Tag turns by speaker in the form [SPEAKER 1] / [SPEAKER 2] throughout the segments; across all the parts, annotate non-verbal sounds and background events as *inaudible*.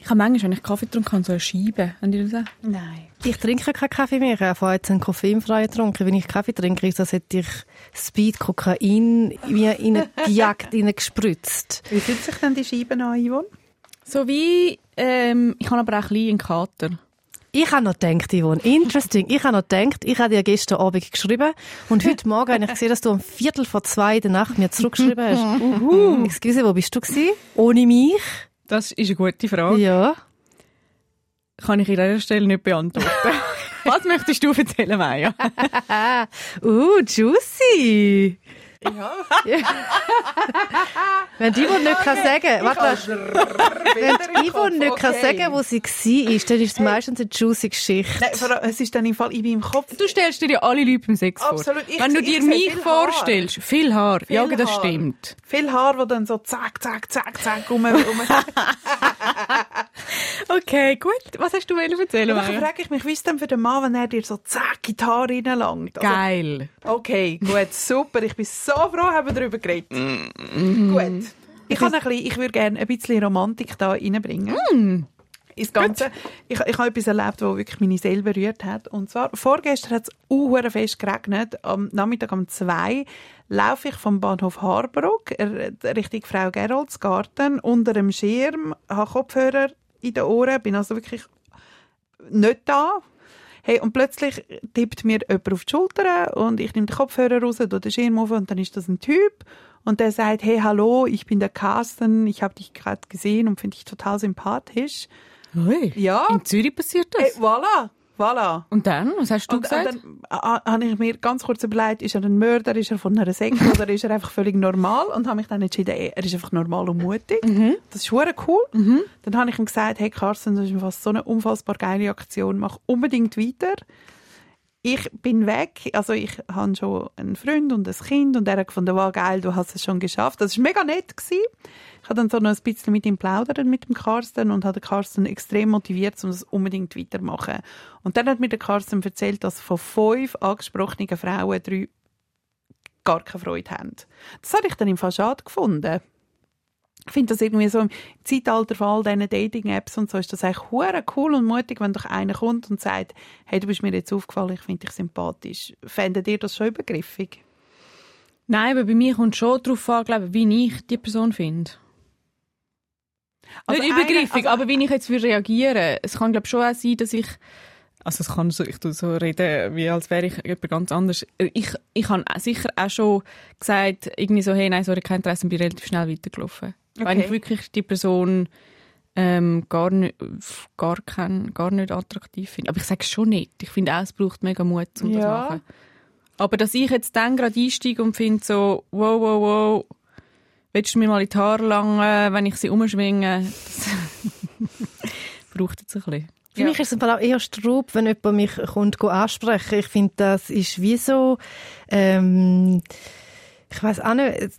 [SPEAKER 1] Ich habe manchmal, wenn ich Kaffee trinke, habe ich so eine Scheibe. Haben die das auch?
[SPEAKER 2] Nein.
[SPEAKER 3] Ich trinke keinen Kaffee mehr. Ich habe jetzt einen koffeinfreien getrunken. Wenn ich Kaffee trinke, ist das hätte ich Speed Kokain mir reingejagt, *laughs* reingespritzt.
[SPEAKER 2] Wie fühlt sich denn die Scheibe an, Yvonne?
[SPEAKER 1] So wie, ähm, ich habe aber auch ein bisschen einen Kater.
[SPEAKER 3] Ich habe noch gedacht, Yvonne, interesting. Ich habe noch gedacht, ich habe dir gestern Abend geschrieben *laughs* und heute Morgen habe ich gesehen, dass du um Viertel vor zwei in der Nacht mir zurückgeschrieben hast. *laughs* Uhu. Excuse, wo bist du gewesen? Ohne mich?
[SPEAKER 1] Das ist eine gute Frage.
[SPEAKER 3] *laughs* Ja.
[SPEAKER 1] Kann ich an dieser Stelle nicht beantworten. *laughs* Was möchtest du erzählen, Maya?
[SPEAKER 3] Uh, juicy. *laughs* Wenn die Yvonne nicht kann sagen, warte, lass- wenn die Yvonne nicht kann sagen, wo sie war, dann ist es meistens eine juicy Geschichte.
[SPEAKER 2] Nein, vor allem, es ist dann im Fall in meinem Kopf.
[SPEAKER 1] Du stellst dir ja alle Leute beim Sex
[SPEAKER 2] Absolut.
[SPEAKER 1] vor.
[SPEAKER 2] Ich-
[SPEAKER 1] wenn du
[SPEAKER 2] ich
[SPEAKER 1] dir
[SPEAKER 2] sehe
[SPEAKER 1] mich
[SPEAKER 2] viel Haar.
[SPEAKER 1] vorstellst, viel Haar. ja,
[SPEAKER 2] Viel
[SPEAKER 1] das
[SPEAKER 2] Haar.
[SPEAKER 1] stimmt.
[SPEAKER 2] Viel Haar, wo dann so zack, zack, zack, zack rum. rum.
[SPEAKER 1] Okay, gut. Was hast du wollen erzählen,
[SPEAKER 2] Dann
[SPEAKER 1] Maya?
[SPEAKER 2] frage ich mich, wie ist denn für den Mann, wenn er dir so zack in die Haare reinlangt? Also,
[SPEAKER 1] Geil.
[SPEAKER 2] Okay, gut, super. Ich bin so froh, haben wir darüber geredet. gut. Ich, kann ein bisschen, ich würde gerne ein bisschen Romantik da reinbringen. Ins Ganze. Ich, ich habe etwas erlebt, das wirklich meine Seele berührt hat. Und zwar, vorgestern hat es unheuer fest geregnet. Am Nachmittag um zwei laufe ich vom Bahnhof Harbruck äh, Richtung Frau Geroldsgarten unter einem Schirm, habe Kopfhörer in den Ohren, bin also wirklich nicht da. Hey, und plötzlich tippt mir jemand auf die Schulter und ich nehme den Kopfhörer raus, tue den Schirm auf und dann ist das ein Typ und der sagt, hey, hallo, ich bin der Carsten, ich habe dich gerade gesehen und finde dich total sympathisch.
[SPEAKER 1] Hey.
[SPEAKER 2] Ja.
[SPEAKER 1] In Zürich passiert das.
[SPEAKER 2] Hey, voilà, voilà.
[SPEAKER 1] Und dann? Was hast du
[SPEAKER 2] Und, und
[SPEAKER 1] gesagt?
[SPEAKER 2] dann ah, habe ich mir ganz kurz überlegt, ist er ein Mörder, ist er von einer *laughs* Sekte oder ist er einfach völlig normal? Und habe mich dann entschieden, ey, er ist einfach normal und mutig. Das ist hure cool. Dann habe ich ihm gesagt, hey Carsten, das ist fast so eine unfassbar geile Aktion, mach unbedingt weiter. Ich bin weg, also ich habe schon einen Freund und ein Kind und er hat gefunden, wow, geil, du hast es schon geschafft. Das war mega nett. Gewesen. Ich habe dann so noch ein bisschen mit ihm plaudert, mit dem Carsten, und habe den Carsten extrem motiviert, um das unbedingt weitermachen. Und dann hat mir der Carsten erzählt, dass von fünf angesprochenen Frauen drei gar keine Freude haben. Das habe ich dann im Fall schade gefunden. Ich finde das irgendwie so im Zeitalter von all diesen Dating-Apps und so ist das eigentlich hure cool und mutig, wenn doch einer kommt und sagt, hey, du bist mir jetzt aufgefallen, ich finde dich sympathisch. Fändet ihr das schon übergriffig?
[SPEAKER 1] Nein, aber bei mir kommt schon darauf an, glaube ich, wie ich die Person finde.
[SPEAKER 2] Also
[SPEAKER 1] Nicht
[SPEAKER 2] einer-
[SPEAKER 1] übergriffig,
[SPEAKER 2] also-
[SPEAKER 1] aber wie ich jetzt würde reagieren. Es kann, glaube ich, schon auch sein, dass ich... Also es kann so, ich tu so reden, wie als wäre ich jemand ganz anders. Ich, ich habe auch sicher auch schon gesagt, irgendwie so, hey, nein, sorry, kein Interesse, und bin relativ schnell weitergelaufen. Wenn
[SPEAKER 2] Okay.
[SPEAKER 1] ich wirklich die Person ähm, gar, nicht, gar, kein, gar nicht attraktiv finde. Aber ich sage es schon nicht. Ich finde auch, es braucht mega Mut, um das zu
[SPEAKER 2] Ja.
[SPEAKER 1] machen. Aber dass ich jetzt dann gerade einsteige und finde so, wow, wow, wow, willst du mir mal in die Haare langen, wenn ich sie umschwinge? Das *laughs* braucht jetzt ein bisschen.
[SPEAKER 3] Für mich ist es im Fall auch eher Strub, wenn jemand mich kommt, go ansprechen Ich finde, das ist wie so, ähm, ich weiß auch nicht, es-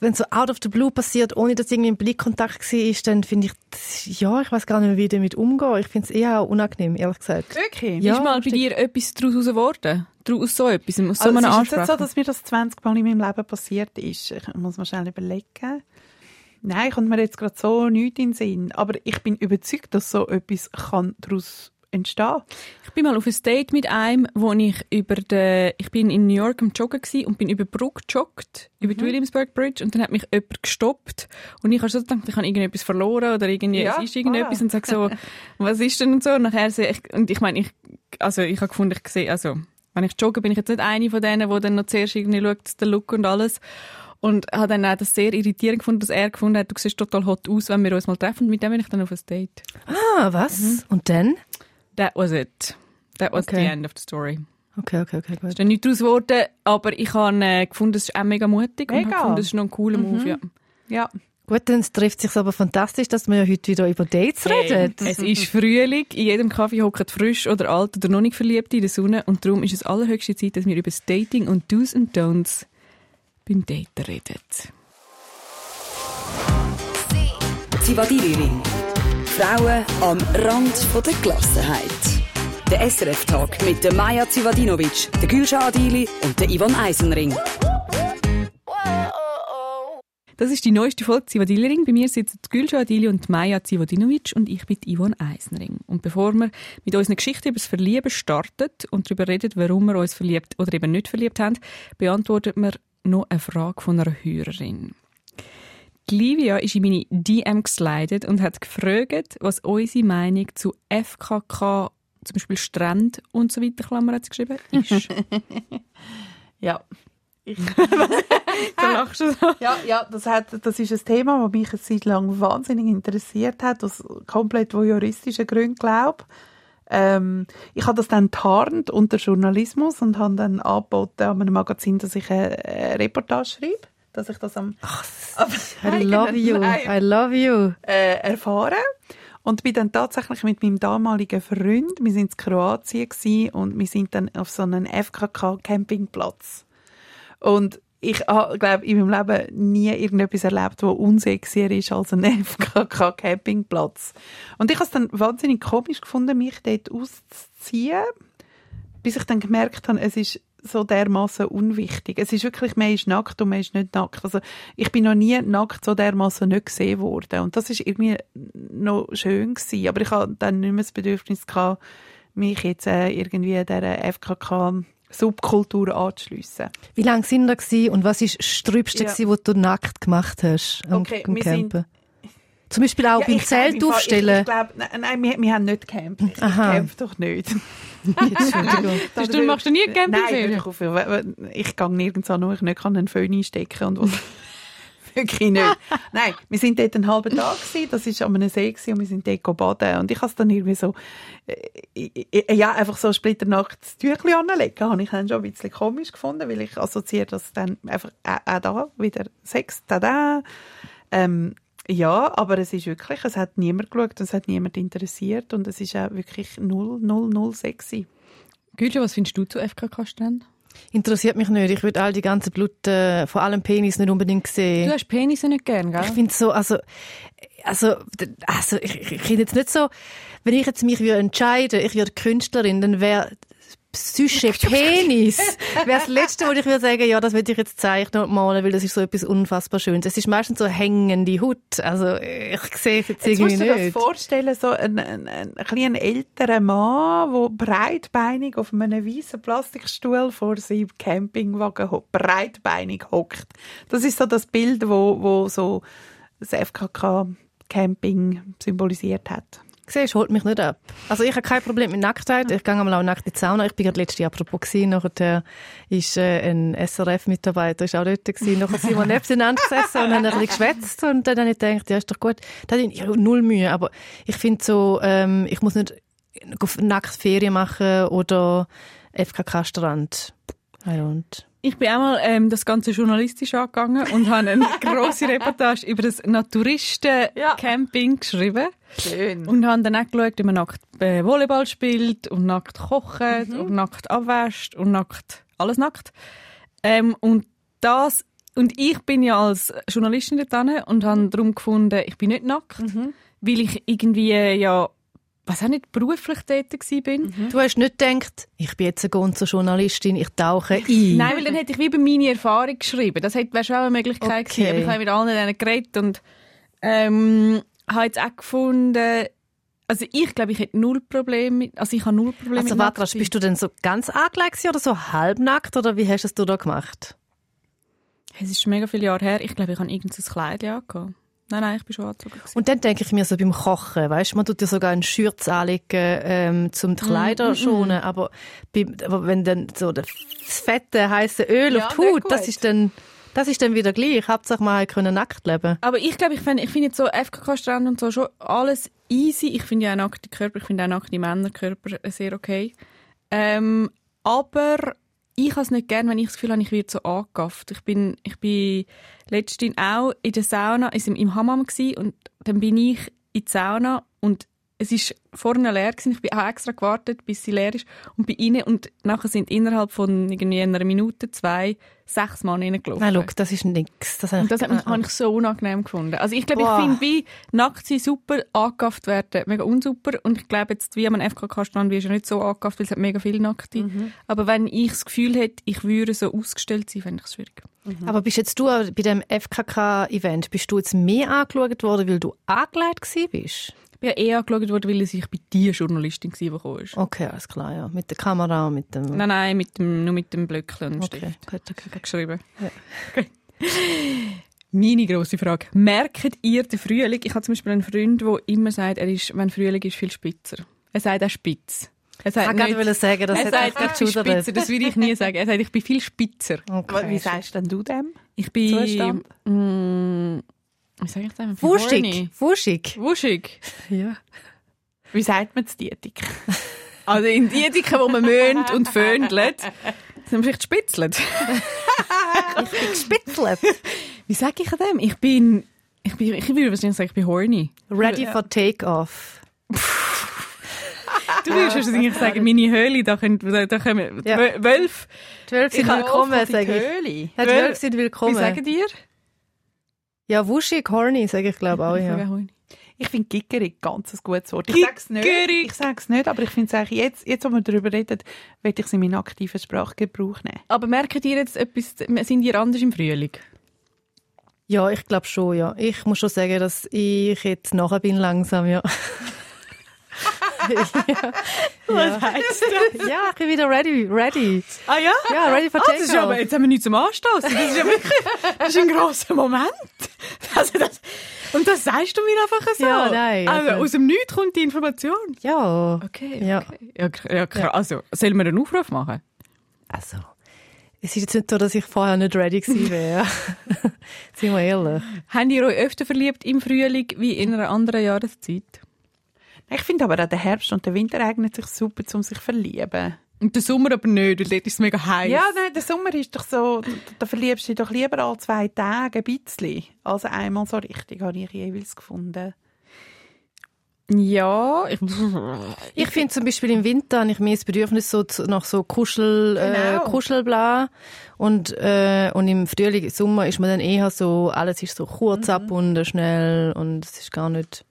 [SPEAKER 3] wenn es so out of the blue passiert, ohne dass irgendwie ein Blickkontakt war, ist, dann finde ich, das- ja, ich weiß gar nicht mehr, wie ich damit umgehe. Ich finde es eher auch unangenehm, ehrlich gesagt.
[SPEAKER 2] Wirklich?
[SPEAKER 3] Ja,
[SPEAKER 1] ist mal bei dir etwas daraus geworden? Drau- Aus so etwas, aus so
[SPEAKER 2] Also,
[SPEAKER 1] einer
[SPEAKER 2] es ist jetzt nicht so,
[SPEAKER 1] Ansprache?
[SPEAKER 2] dass mir das 20 Mal in meinem Leben passiert ist. Ich muss mal schnell überlegen. Nein, kommt mir jetzt gerade so nichts in den Sinn. Aber ich bin überzeugt, dass so etwas kann daraus entstehen
[SPEAKER 1] Ich bin mal auf ein Date mit einem, wo ich über den, ich bin in New York am Joggen gsi und bin über die Brücke gejoggt, über die Williamsburg Bridge und dann hat mich jemand gestoppt und ich habe so gedacht, ich habe irgendetwas verloren oder irgendwie,
[SPEAKER 2] Ja,
[SPEAKER 1] es ist irgendetwas
[SPEAKER 2] voilà.
[SPEAKER 1] und sage so, was ist denn und so und nachher sehe ich, und ich meine, ich, also ich habe gefunden, ich sehe, also wenn ich jogge, bin ich jetzt nicht eine von denen, die dann noch zuerst irgendwie schaut, den Look und alles und habe dann auch das sehr irritierend gefunden, dass er gefunden hat, du siehst total hot aus, wenn wir uns mal treffen und mit dem bin ich dann auf ein Date.
[SPEAKER 3] Ah, was? Und dann?
[SPEAKER 1] That was it. That was
[SPEAKER 3] Okay.
[SPEAKER 1] the end of the story.
[SPEAKER 3] Okay, okay, okay, gut.
[SPEAKER 1] ist dann nichts daraus geworden, aber ich habe äh, gefunden, es ist auch mega mutig und
[SPEAKER 2] Mega.
[SPEAKER 1] habe gefunden, es ist noch ein cooler Move. Ja.
[SPEAKER 2] Ja.
[SPEAKER 3] Gut, dann trifft es sich aber fantastisch, dass wir ja heute wieder über Dates reden.
[SPEAKER 1] es ist Frühling, in jedem Kaffee hocken frisch oder alt oder noch nicht verliebt in der Sonne und darum ist es allerhöchste Zeit, dass wir über das Dating und Do's und Don'ts beim Daten reden.
[SPEAKER 4] Zivadili-Ring. Frauen am Rand von der Gelassenheit. Der SRF-Tag mit der Maja Zivadinovic, der Gülscha Adili und der Yvonne Eisenring.
[SPEAKER 1] Das ist die neueste Folge Zivodilering. Bei mir sitzen die Gülscha Adili und die Maja Zivodinovic und ich bin die Yvonne Eisenring. Und bevor wir mit unseren Geschichten über das Verlieben starten und darüber reden, warum wir uns verliebt oder eben nicht verliebt haben, beantwortet wir noch eine Frage von einer Hörerin. Die Livia ist in meine DM geslidet und hat gefragt, was unsere Meinung zu FKK, zum Beispiel Strand und so weiter, Klammer hat sie geschrieben, ist.
[SPEAKER 2] Ja. Ich,
[SPEAKER 1] *laughs* da lachst du so.
[SPEAKER 2] *laughs* ja, ja, das, hat, das ist ein Thema, das mich eine Zeit lang wahnsinnig interessiert hat, aus komplett juristischen Gründen, glaube ähm, ich habe das dann tarnt unter Journalismus und habe dann angeboten an einem Magazin, dass ich eine, eine Reportage schreibe, dass ich das am
[SPEAKER 3] I love you, I love you.
[SPEAKER 2] äh, erfahren und bin dann tatsächlich mit meinem damaligen Freund, wir sind in Kroatien gewesen, und wir sind dann auf so einen FKK Campingplatz und ich glaube in meinem Leben nie irgendetwas erlebt, wo unsexier ist als ein *laughs* FKK Campingplatz und ich habe es dann wahnsinnig komisch gefunden, mich dort auszuziehen, bis ich dann gemerkt habe, es ist so dermaßen unwichtig. Es ist wirklich, man ist nackt und man ist nicht nackt. Also ich bin noch nie nackt so dermaßen nicht gesehen worden und das ist irgendwie noch schön gewesen. Aber ich hatte dann nicht mehr das Bedürfnis gehabt, mich jetzt äh, irgendwie der FKK Subkultur anzuschliessen.
[SPEAKER 3] Wie lange sind da gsi und was ist das Strübste
[SPEAKER 2] Ja.
[SPEAKER 3] gsi, was du nackt gemacht hast am,
[SPEAKER 2] Okay,
[SPEAKER 3] am
[SPEAKER 2] wir sind-
[SPEAKER 3] Campen? Zum Beispiel auch beim
[SPEAKER 2] ich glaub,
[SPEAKER 3] Zelt
[SPEAKER 2] im Fall- Ich, *laughs* ich
[SPEAKER 3] aufstellen.
[SPEAKER 2] glaube, nein, nein wir, wir haben nicht gecampt. Ich
[SPEAKER 3] Aha.
[SPEAKER 2] camp doch nicht.
[SPEAKER 3] Entschuldigung.
[SPEAKER 1] Das du machst du nie
[SPEAKER 2] Nein,
[SPEAKER 1] Campingferien?
[SPEAKER 2] ich, auf, ich gehe nirgends an, wo ich nicht kann einen Föhn einstecken *laughs* und was. Wirklich nicht. Nein, wir sind dort einen halben Tag gewesen, das ist an einem See gewesen, und wir sind dort go baden und ich habe dann irgendwie so, äh, äh, ja, einfach so splitternackt das Tüchli anlegen, habe ich dann schon ein bisschen komisch gefunden, weil ich assoziiere das dann einfach auch, auch da wieder Sex, tada. Ähm, ja, aber es ist wirklich, es hat niemand geschaut, es hat niemand interessiert und es ist auch wirklich null, null, null sexy.
[SPEAKER 1] Gülscha, was findest du zu FKK-Strand?
[SPEAKER 3] Interessiert mich nicht. Ich würde all die ganzen Blut, äh, vor allem Penis, nicht unbedingt
[SPEAKER 1] Du
[SPEAKER 3] sehen.
[SPEAKER 1] hast Penisse nicht gern,
[SPEAKER 3] Ich
[SPEAKER 1] gell?
[SPEAKER 3] finde so, also, also, d- also ich, ich- ich finde jetzt nicht so, wenn ich jetzt mich würde entscheiden, ich würde Künstlerin, dann wäre Psyche Penis wäre das Letzte, wo ich würde sagen, ja, das würde ich jetzt zeichnen und malen, weil das ist so etwas unfassbar Schönes. Es ist meistens so hängende Haut, also ich sehe es jetzt,
[SPEAKER 2] Jetzt
[SPEAKER 3] irgendwie
[SPEAKER 2] musst du dir das
[SPEAKER 3] nicht.
[SPEAKER 2] vorstellen, so ein, ein, ein, ein kleiner älterer Mann, der breitbeinig auf einem weißen Plastikstuhl vor seinem Campingwagen ho breitbeinig hockt. Das ist so das Bild, wo, wo so das FKK Camping symbolisiert hat.
[SPEAKER 3] Siehst, holt mich nicht ab. Also ich habe kein Problem mit Nacktheit. Ich gehe einmal auch nackt in die Sauna. Ich bin gerade letztes Jahr apropos gewesen. Nachher ist äh, ein SRF-Mitarbeiter ist auch dort gewesen. Nachher sind wir nebeneinander gesessen und haben ein bisschen geschwätzt. Und dann habe ich gedacht, ja, ist doch gut. Da hatte ich ja, null Mühe. Aber ich finde so, ähm, ich muss nicht nackt Ferien machen oder FKK-Strand. I don't.
[SPEAKER 1] Ich bin einmal ähm, das Ganze journalistisch angegangen und habe eine grosse Reportage über das
[SPEAKER 2] Ja.
[SPEAKER 1] Naturisten-Camping geschrieben.
[SPEAKER 2] Schön.
[SPEAKER 1] Und haben dann auch geschaut, wie man nackt äh, Volleyball spielt und nackt kocht und nackt abwäscht und nackt, alles nackt. Ähm, und das, und ich bin ja als Journalistin dort hin und habe darum gefunden, ich bin nicht nackt, weil ich irgendwie äh, ja, was auch nicht, beruflich dort gewesen bin.
[SPEAKER 3] Du hast nicht gedacht, ich bin jetzt eine ganze Journalistin, ich tauche ein.
[SPEAKER 1] Nein, weil dann hätte ich wie über meine Erfahrung geschrieben. Das hätte wäre schon auch eine Möglichkeit
[SPEAKER 3] Okay.
[SPEAKER 1] gewesen. Aber ich habe mit allen denen geredet und ähm, habe jetzt auch gefunden, also ich glaube, ich hätte null Probleme mit, also ich habe null Probleme
[SPEAKER 3] Also
[SPEAKER 1] mit
[SPEAKER 3] Vatras, bist du denn so ganz angelegt gewesen oder so halbnackt oder wie hast du es du da gemacht?
[SPEAKER 1] Es ist schon mega viele Jahre her. Ich glaube, ich habe irgendein Kleid angehabt. Nein, nein, ich bin schon angezogen. gewesen.
[SPEAKER 3] Und dann denke ich mir so beim Kochen, weißt, man tut ja sogar einen Schürz anlegen, ähm, zum die Kleider schonen, aber, beim, aber wenn dann so das fette heiße Öl
[SPEAKER 2] Ja,
[SPEAKER 3] auf die
[SPEAKER 2] nicht
[SPEAKER 3] Haut, das
[SPEAKER 2] gut.
[SPEAKER 3] ist dann das ist dann wieder gleich. Hauptsache man hat können nackt leben.
[SPEAKER 1] Aber ich glaube, ich finde ich find jetzt so FKK-Strand und so schon alles easy. Ich finde ja auch nackte Körper, ich finde auch nackte Männerkörper sehr okay. Ähm, aber ich habe es nicht gern, wenn ich das Gefühl habe, ich werde so angegafft. Ich bin, ich bin letztens auch in der Sauna, ist im, im Hammam gsi und dann bin ich in die Sauna und es ist vorne leer gewesen. Ich bin- habe extra gewartet, bis sie leer ist. Und bei ihnen, und nachher sind innerhalb von irgendwie einer Minute, zwei, sechs Mann reingelaufen.
[SPEAKER 3] Nein, schau, das ist nichts. Das,
[SPEAKER 1] Und das hat mich,
[SPEAKER 3] habe
[SPEAKER 1] habe ich so unangenehm gefunden. Also ich glaube,
[SPEAKER 3] genau. Boah.
[SPEAKER 1] ich finde, wie nackt sein super angekauft werden, mega unsuper. Und ich glaube jetzt, wie am FKK-Strand, wie ist ja nicht so angekauft, weil es hat mega viel Nackte.
[SPEAKER 3] Mhm.
[SPEAKER 1] Aber wenn ich das Gefühl hätte, ich würde so ausgestellt sein, fände ich es schwierig.
[SPEAKER 3] Aber bist jetzt du bei dem FKK-Event, bist du jetzt mehr angeschaut worden, weil du angelegt gewesen bist?
[SPEAKER 1] Ich bin ja eh angeschaut worden, weil ich bei dir Journalistin war, die gekommen ist.
[SPEAKER 3] Okay, alles klar, ja. Mit der Kamera und mit dem...
[SPEAKER 1] Nein, nein, mit dem, nur mit dem Blöckchen und dem
[SPEAKER 3] okay.
[SPEAKER 1] Stift.
[SPEAKER 3] Gut, okay.
[SPEAKER 1] geschrieben. Okay. Meine grosse Frage. Merkt ihr den Frühling? Ich habe zum Beispiel einen Freund, der immer sagt, er ist, wenn Frühling ist, viel spitzer. Er sagt auch spitz. Er
[SPEAKER 3] Ah, Ich
[SPEAKER 1] sagt
[SPEAKER 3] wollte
[SPEAKER 1] nicht,
[SPEAKER 3] gerade sagen, das
[SPEAKER 1] er
[SPEAKER 3] hat mich
[SPEAKER 1] sagt, ich bin
[SPEAKER 3] geschudert.
[SPEAKER 1] spitzer. Das würde ich nie sagen. Er sagt, ich bin viel spitzer.
[SPEAKER 2] Aber
[SPEAKER 3] Okay.
[SPEAKER 2] Wie sagst denn du dem?
[SPEAKER 1] Ich
[SPEAKER 2] Zustand?
[SPEAKER 1] bin... Mm, wie sage ich das einfach?
[SPEAKER 3] Wuschig, wuschig.
[SPEAKER 1] Wuschig.
[SPEAKER 3] Ja.
[SPEAKER 2] Wie sagt man es Dietik?
[SPEAKER 1] Also in die Dicke, die man möhnt und föhndelt, sind wir vielleicht spitzelt.
[SPEAKER 3] Spitzlet.
[SPEAKER 1] *laughs* Wie sage ich dem? Ich bin... Ich, bin, ich würde wahrscheinlich sagen, ich bin horny.
[SPEAKER 3] Ready for take-off.
[SPEAKER 1] Du würdest wahrscheinlich sagen, meine Höhle, da, könnt, da kommen
[SPEAKER 3] Ja.
[SPEAKER 1] Wö- Wölfe.
[SPEAKER 3] Zwölf sind willkommen, sage ich.
[SPEAKER 2] Höhle.
[SPEAKER 3] Ja,
[SPEAKER 1] Zwölf.
[SPEAKER 3] Zwölf sind
[SPEAKER 1] Wie
[SPEAKER 3] willkommen.
[SPEAKER 1] sagen dir?
[SPEAKER 3] Ja, wuschig, horny, sage ich glaube auch, Oh, ja.
[SPEAKER 2] Ich finde Gickerig ganz ein gutes Wort. Ich sag's nicht.
[SPEAKER 1] Gickerig.
[SPEAKER 2] Ich sag's nicht, aber ich finde es eigentlich, jetzt, jetzt, wo wir darüber reden, werde ich es in meinen aktiven Sprachgebrauch nehmen.
[SPEAKER 1] Aber merkt ihr jetzt etwas, sind ihr anders im Frühling?
[SPEAKER 3] Ja, ich glaube schon, ja. Ich muss schon sagen, dass ich jetzt nachher bin langsam,
[SPEAKER 1] *laughs*
[SPEAKER 3] ja.
[SPEAKER 1] Was heißt *laughs* das?
[SPEAKER 3] ja, ich bin wieder ready, ready.
[SPEAKER 1] Ah ja?
[SPEAKER 3] Ja, ready for
[SPEAKER 1] Ah, das ist
[SPEAKER 3] take-off.
[SPEAKER 1] aber, jetzt haben wir nichts zum Anstoßen. Das ist ja wirklich das ist ein grosser Moment. Also das, und das sagst du mir einfach so.
[SPEAKER 3] Ja, nein,
[SPEAKER 1] Also,
[SPEAKER 3] also-
[SPEAKER 1] aus dem Nichts kommt die Information.
[SPEAKER 3] Ja.
[SPEAKER 1] Okay.
[SPEAKER 3] Ja.
[SPEAKER 1] Ja, kr- ja, kr- Also, sollen wir einen Aufruf machen?
[SPEAKER 3] Also, es ist jetzt nicht so, dass ich vorher nicht ready gewesen wäre. *laughs* Sind wir ehrlich.
[SPEAKER 1] Habt ihr euch öfter verliebt im Frühling wie in einer anderen Jahreszeit?
[SPEAKER 2] Ich finde aber auch der Herbst und der Winter eignet sich super, um sich zu verlieben.
[SPEAKER 1] Und der Sommer aber nicht, weil dort ist es dus mega heiß.
[SPEAKER 2] Ja, nein, der Sommer ist doch so, da, da verliebst du dich doch lieber alle zwei Tage ein bisschen, als einmal so richtig, habe ich jeweils gefunden.
[SPEAKER 1] Ja, ich,
[SPEAKER 3] Ich finde zum Beispiel im Winter habe ich mehr das Bedürfnis so zu, nach so Kuschel,
[SPEAKER 2] Genau.
[SPEAKER 3] äh, Kuschelbla. Und, äh, und im Frühling, Sommer ist man dann eher so, alles ist so kurz abwunden, schnell und es ist gar nicht,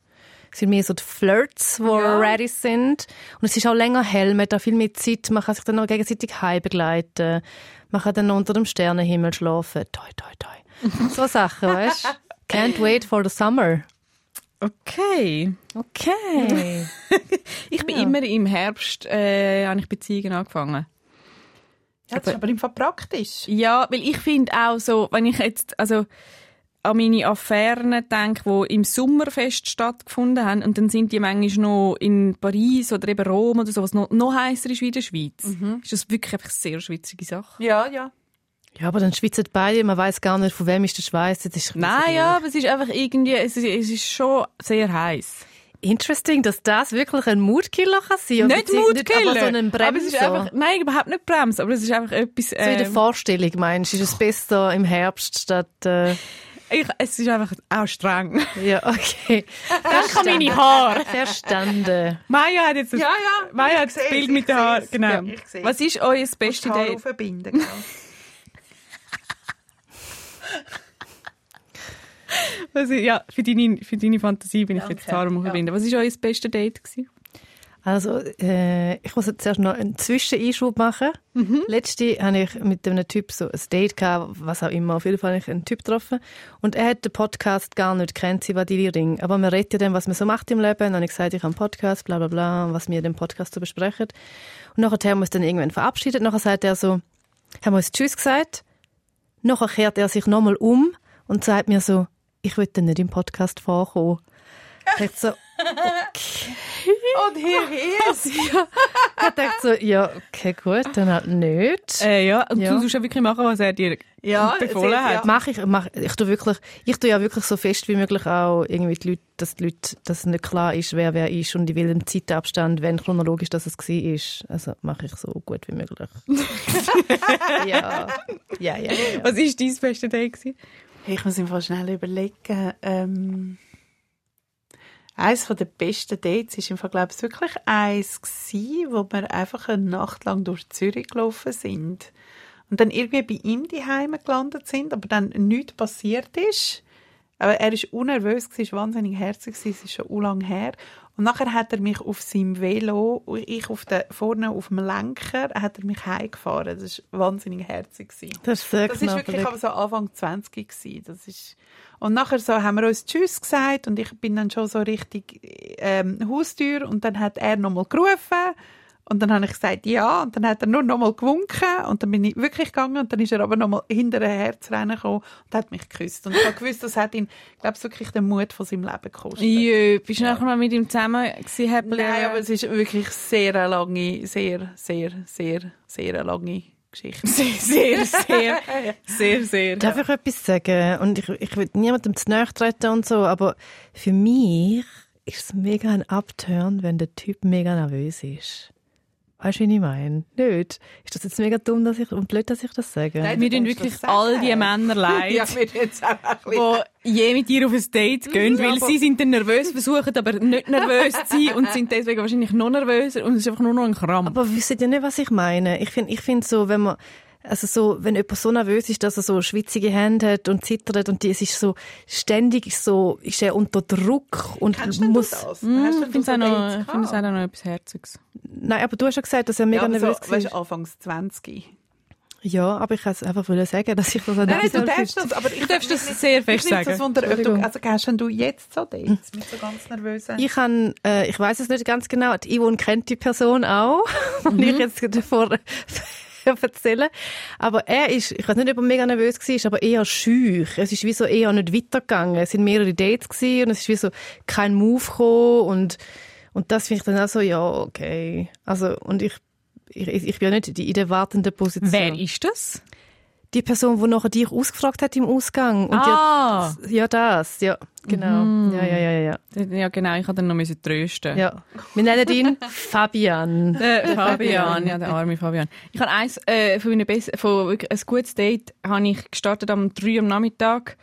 [SPEAKER 3] es sind mehr so die Flirts, die
[SPEAKER 1] Ja.
[SPEAKER 3] ready sind. Und es ist auch länger hell, man hat auch viel mehr Zeit, man kann sich dann noch gegenseitig heimbegleiten, man kann dann noch unter dem Sternenhimmel schlafen. Toi, toi, toi. so Sachen, weißt du? Can't wait for the summer.
[SPEAKER 1] okay.
[SPEAKER 3] Okay.
[SPEAKER 1] Ich bin immer im Herbst, äh, habe ich Beziehungen angefangen.
[SPEAKER 2] Ja, das ist aber im Fall praktisch.
[SPEAKER 1] Ja, weil ich finde auch so, wenn ich jetzt also an meine Affären denke, die im Sommerfest stattgefunden haben und dann sind die manchmal noch in Paris oder eben Rom oder so, was noch, noch heißer ist wie in der Schweiz.
[SPEAKER 3] Mhm.
[SPEAKER 1] Ist das wirklich einfach eine sehr schwitzige Sache?
[SPEAKER 2] Ja, ja.
[SPEAKER 3] Ja, aber dann schwitzen beide, man weiß gar nicht, von wem ist der Schweiß. Das ist
[SPEAKER 1] Nein, ja, aber es ist einfach irgendwie, es ist, es ist schon sehr heiß.
[SPEAKER 3] Interesting, dass das wirklich ein Mutkiller kann sein.
[SPEAKER 1] Nicht
[SPEAKER 3] beziehungsweise
[SPEAKER 1] Mutkiller,
[SPEAKER 3] aber so einen Bremser.
[SPEAKER 1] aber es ist einfach, nein, überhaupt nicht Bremse, aber es ist einfach etwas.
[SPEAKER 3] so in der
[SPEAKER 1] ähm,
[SPEAKER 3] Vorstellung meinst du, ist es besser im Herbst statt... Äh,
[SPEAKER 1] ich, es ist einfach auch streng.
[SPEAKER 3] ja,
[SPEAKER 1] *laughs*
[SPEAKER 3] okay.
[SPEAKER 1] Danke an meine Haare.
[SPEAKER 3] Verstanden.
[SPEAKER 1] Maya hat jetzt das,
[SPEAKER 2] Ja, ja,
[SPEAKER 1] Maya
[SPEAKER 2] ich
[SPEAKER 1] hat das
[SPEAKER 2] seh's,
[SPEAKER 1] Bild
[SPEAKER 2] ich
[SPEAKER 1] mit den Haaren.
[SPEAKER 2] seh's.
[SPEAKER 1] Genau.
[SPEAKER 2] Ja, ich seh's.
[SPEAKER 1] Was ist euer beste
[SPEAKER 2] Haare
[SPEAKER 1] Date?
[SPEAKER 2] *laughs* aufbinden, gell?
[SPEAKER 1] Was ist, ja, für deine, für deine Fantasie bin ich jetzt Haare am verbinden. Was ist euer beste Date gewesen?
[SPEAKER 3] Also, äh, ich muss jetzt zuerst noch einen Zwischeneinschub machen. Letzte hatte ich mit einem Typ so ein Date, gehabt, was auch immer. Auf jeden Fall habe ich einen Typ getroffen. Und er hat den Podcast gar nicht gekannt, sie war die Ring. Aber man redet ja dann, was man so macht im Leben. Und dann habe ich gesagt, ich habe einen Podcast, bla bla bla, und was wir in dem Podcast so besprechen. Und nachher haben wir uns dann irgendwann verabschiedet. Nachher sagt er so, haben wir uns Tschüss gesagt. Nachher kehrt er sich nochmal um und sagt mir so, ich will dann nicht im Podcast vorkommen. Ich dachte so,
[SPEAKER 2] Und hier, hier.
[SPEAKER 3] *laughs* Ich dachte so, ja, okay, gut, dann halt nicht.
[SPEAKER 1] Äh, ja, und
[SPEAKER 3] Ja.
[SPEAKER 1] du sollst ja wirklich machen, was er dir
[SPEAKER 2] Ja,
[SPEAKER 1] befohlen
[SPEAKER 2] es ist-
[SPEAKER 1] hat.
[SPEAKER 2] ja.
[SPEAKER 3] Äh, Mach ich, mach, ich tu wirklich, ich tu ja wirklich so fest wie möglich auch irgendwie die Leute, dass die Leute, dass es nicht klar ist, wer wer ist und in welchem Zeitabstand, wenn chronologisch dass es war. ist. Also mache ich so gut wie
[SPEAKER 2] *laughs*
[SPEAKER 3] möglich. ja. ja, ja, ja.
[SPEAKER 1] Was ist dein beste Date gewesen?
[SPEAKER 2] Ich muss ihm fast schnell überlegen. Ähm, Eines der besten Dates war im Fall, glaube ich, wirklich eins, gewesen, wo wir einfach eine Nacht lang durch Zürich gelaufen sind. Und dann irgendwie bei ihm die Heime gelandet sind, aber dann nichts passiert ist. Aber er war unnervös, war wahnsinnig herzig, gewesen, es ist schon lang her. Und nachher hat er mich auf seinem Velo, und ich auf der, vorne auf dem Lenker, hat er mich heimgefahren. Das war wahnsinnig herzig. gewesen.
[SPEAKER 3] Das ist sehr
[SPEAKER 2] Das ist wirklich
[SPEAKER 3] knabbelig.
[SPEAKER 2] aber so Anfang 20 gewesen. Das ist und nachher so haben wir uns Tschüss gesagt und ich bin dann schon so richtig ähm, Haustür und dann hat er nochmal gerufen und dann habe ich gesagt ja und dann hat er nur nochmal gewunken und dann bin ich wirklich gegangen und dann ist er aber nochmal hinterher zu rennen gekommen und hat mich geküsst und ich habe gewusst, das hat ihn, glaube ich, wirklich den Mut von seinem Leben gekostet.
[SPEAKER 1] Jö, äh, bist du nachher noch mit ihm zusammen gewesen, Häppli?
[SPEAKER 2] Nein, aber es ist wirklich sehr eine lange, sehr, sehr, sehr, sehr eine lange *laughs* Geschichte.
[SPEAKER 1] *laughs* *laughs* sehr, sehr, sehr, sehr, sehr.
[SPEAKER 3] Darf ich etwas sagen? Und ich, ich will niemandem zu nahe treten und so, aber für mich ist es mega ein Upturn, wenn der Typ mega nervös ist. Weißt du, wie ich meine? Nicht? Ist das jetzt mega dumm dass ich, und blöd, dass ich das sage?
[SPEAKER 2] Nein,
[SPEAKER 1] Mir
[SPEAKER 2] du
[SPEAKER 1] tun
[SPEAKER 2] kannst
[SPEAKER 1] wirklich
[SPEAKER 2] das sagen.
[SPEAKER 1] all die *laughs* Männer leid.
[SPEAKER 2] Ja, mir jetzt auch ein bisschen.
[SPEAKER 1] wo je mit dir auf ein Date gehen, weil sie sind dann nervös, versuchen aber nicht nervös zu sein und *laughs* sind deswegen wahrscheinlich noch nervöser und es ist einfach nur noch ein Krampf.
[SPEAKER 3] Aber wisst ihr nicht, was ich meine? Ich finde ich find so, wenn man, also so, wenn jemand so nervös ist, dass er so schwitzige Hände hat und zittert und die, es ist so, ständig so, ist er unter Druck und
[SPEAKER 2] Kennst denn
[SPEAKER 3] muss.
[SPEAKER 2] du das?
[SPEAKER 1] Hm,
[SPEAKER 2] Hast denn
[SPEAKER 1] ich
[SPEAKER 2] du
[SPEAKER 1] finde es auch,
[SPEAKER 2] so
[SPEAKER 1] noch-
[SPEAKER 2] Dates
[SPEAKER 1] ich find es auch
[SPEAKER 2] gehabt?
[SPEAKER 1] noch etwas Herziges.
[SPEAKER 3] Nein, aber du hast ja gesagt, dass er mega
[SPEAKER 2] ja, aber
[SPEAKER 3] nervös
[SPEAKER 2] so,
[SPEAKER 3] war.
[SPEAKER 2] weißt, du, anfangs 20.
[SPEAKER 3] Ja, aber ich kann es einfach wollen sagen, dass ich das auch
[SPEAKER 2] Nein,
[SPEAKER 3] nicht
[SPEAKER 2] nein, du
[SPEAKER 3] soll.
[SPEAKER 2] darfst das, aber ich
[SPEAKER 1] Du darfst das sehr
[SPEAKER 2] ich
[SPEAKER 1] fest
[SPEAKER 2] nehme das
[SPEAKER 1] sagen.
[SPEAKER 2] Wunder, ob du,
[SPEAKER 3] Entschuldigung.
[SPEAKER 2] also hast denn du jetzt so Dates mit so ganz nervösen...
[SPEAKER 3] Ich, han, äh, ich weiß es nicht ganz genau. Die Yvonne kennt die Person auch, *laughs* und
[SPEAKER 1] Mhm.
[SPEAKER 3] ich jetzt davor *laughs* erzählen. Aber er ist, ich weiß nicht, ob er mega nervös war, aber eher schüch. Es ist wie so eher nicht weitergegangen. Es sind mehrere Dates gewesen, und es ist wie so kein Move gekommen und, und das finde ich dann auch so, ja, okay. Also, und ich, ich, ich bin ja nicht die, in der wartenden Position.
[SPEAKER 1] Wer ist das?
[SPEAKER 3] Die Person, die nachher dich ausgefragt hat im Ausgang. Und die hat-
[SPEAKER 1] ah, Mhm.
[SPEAKER 3] Ja, das, ja, genau. Ja, ja, ja, ja,
[SPEAKER 1] ja genau, ich habe dann noch müssen trösten.
[SPEAKER 3] ja, ja. Wir nennen ihn *laughs* Fabian.
[SPEAKER 1] *laughs* Der Fabian, ja, der arme Fabian. Ich habe eins äh, von meinen besten, von wirklich ein gutes Date, habe ich gestartet am 3 am Nachmittag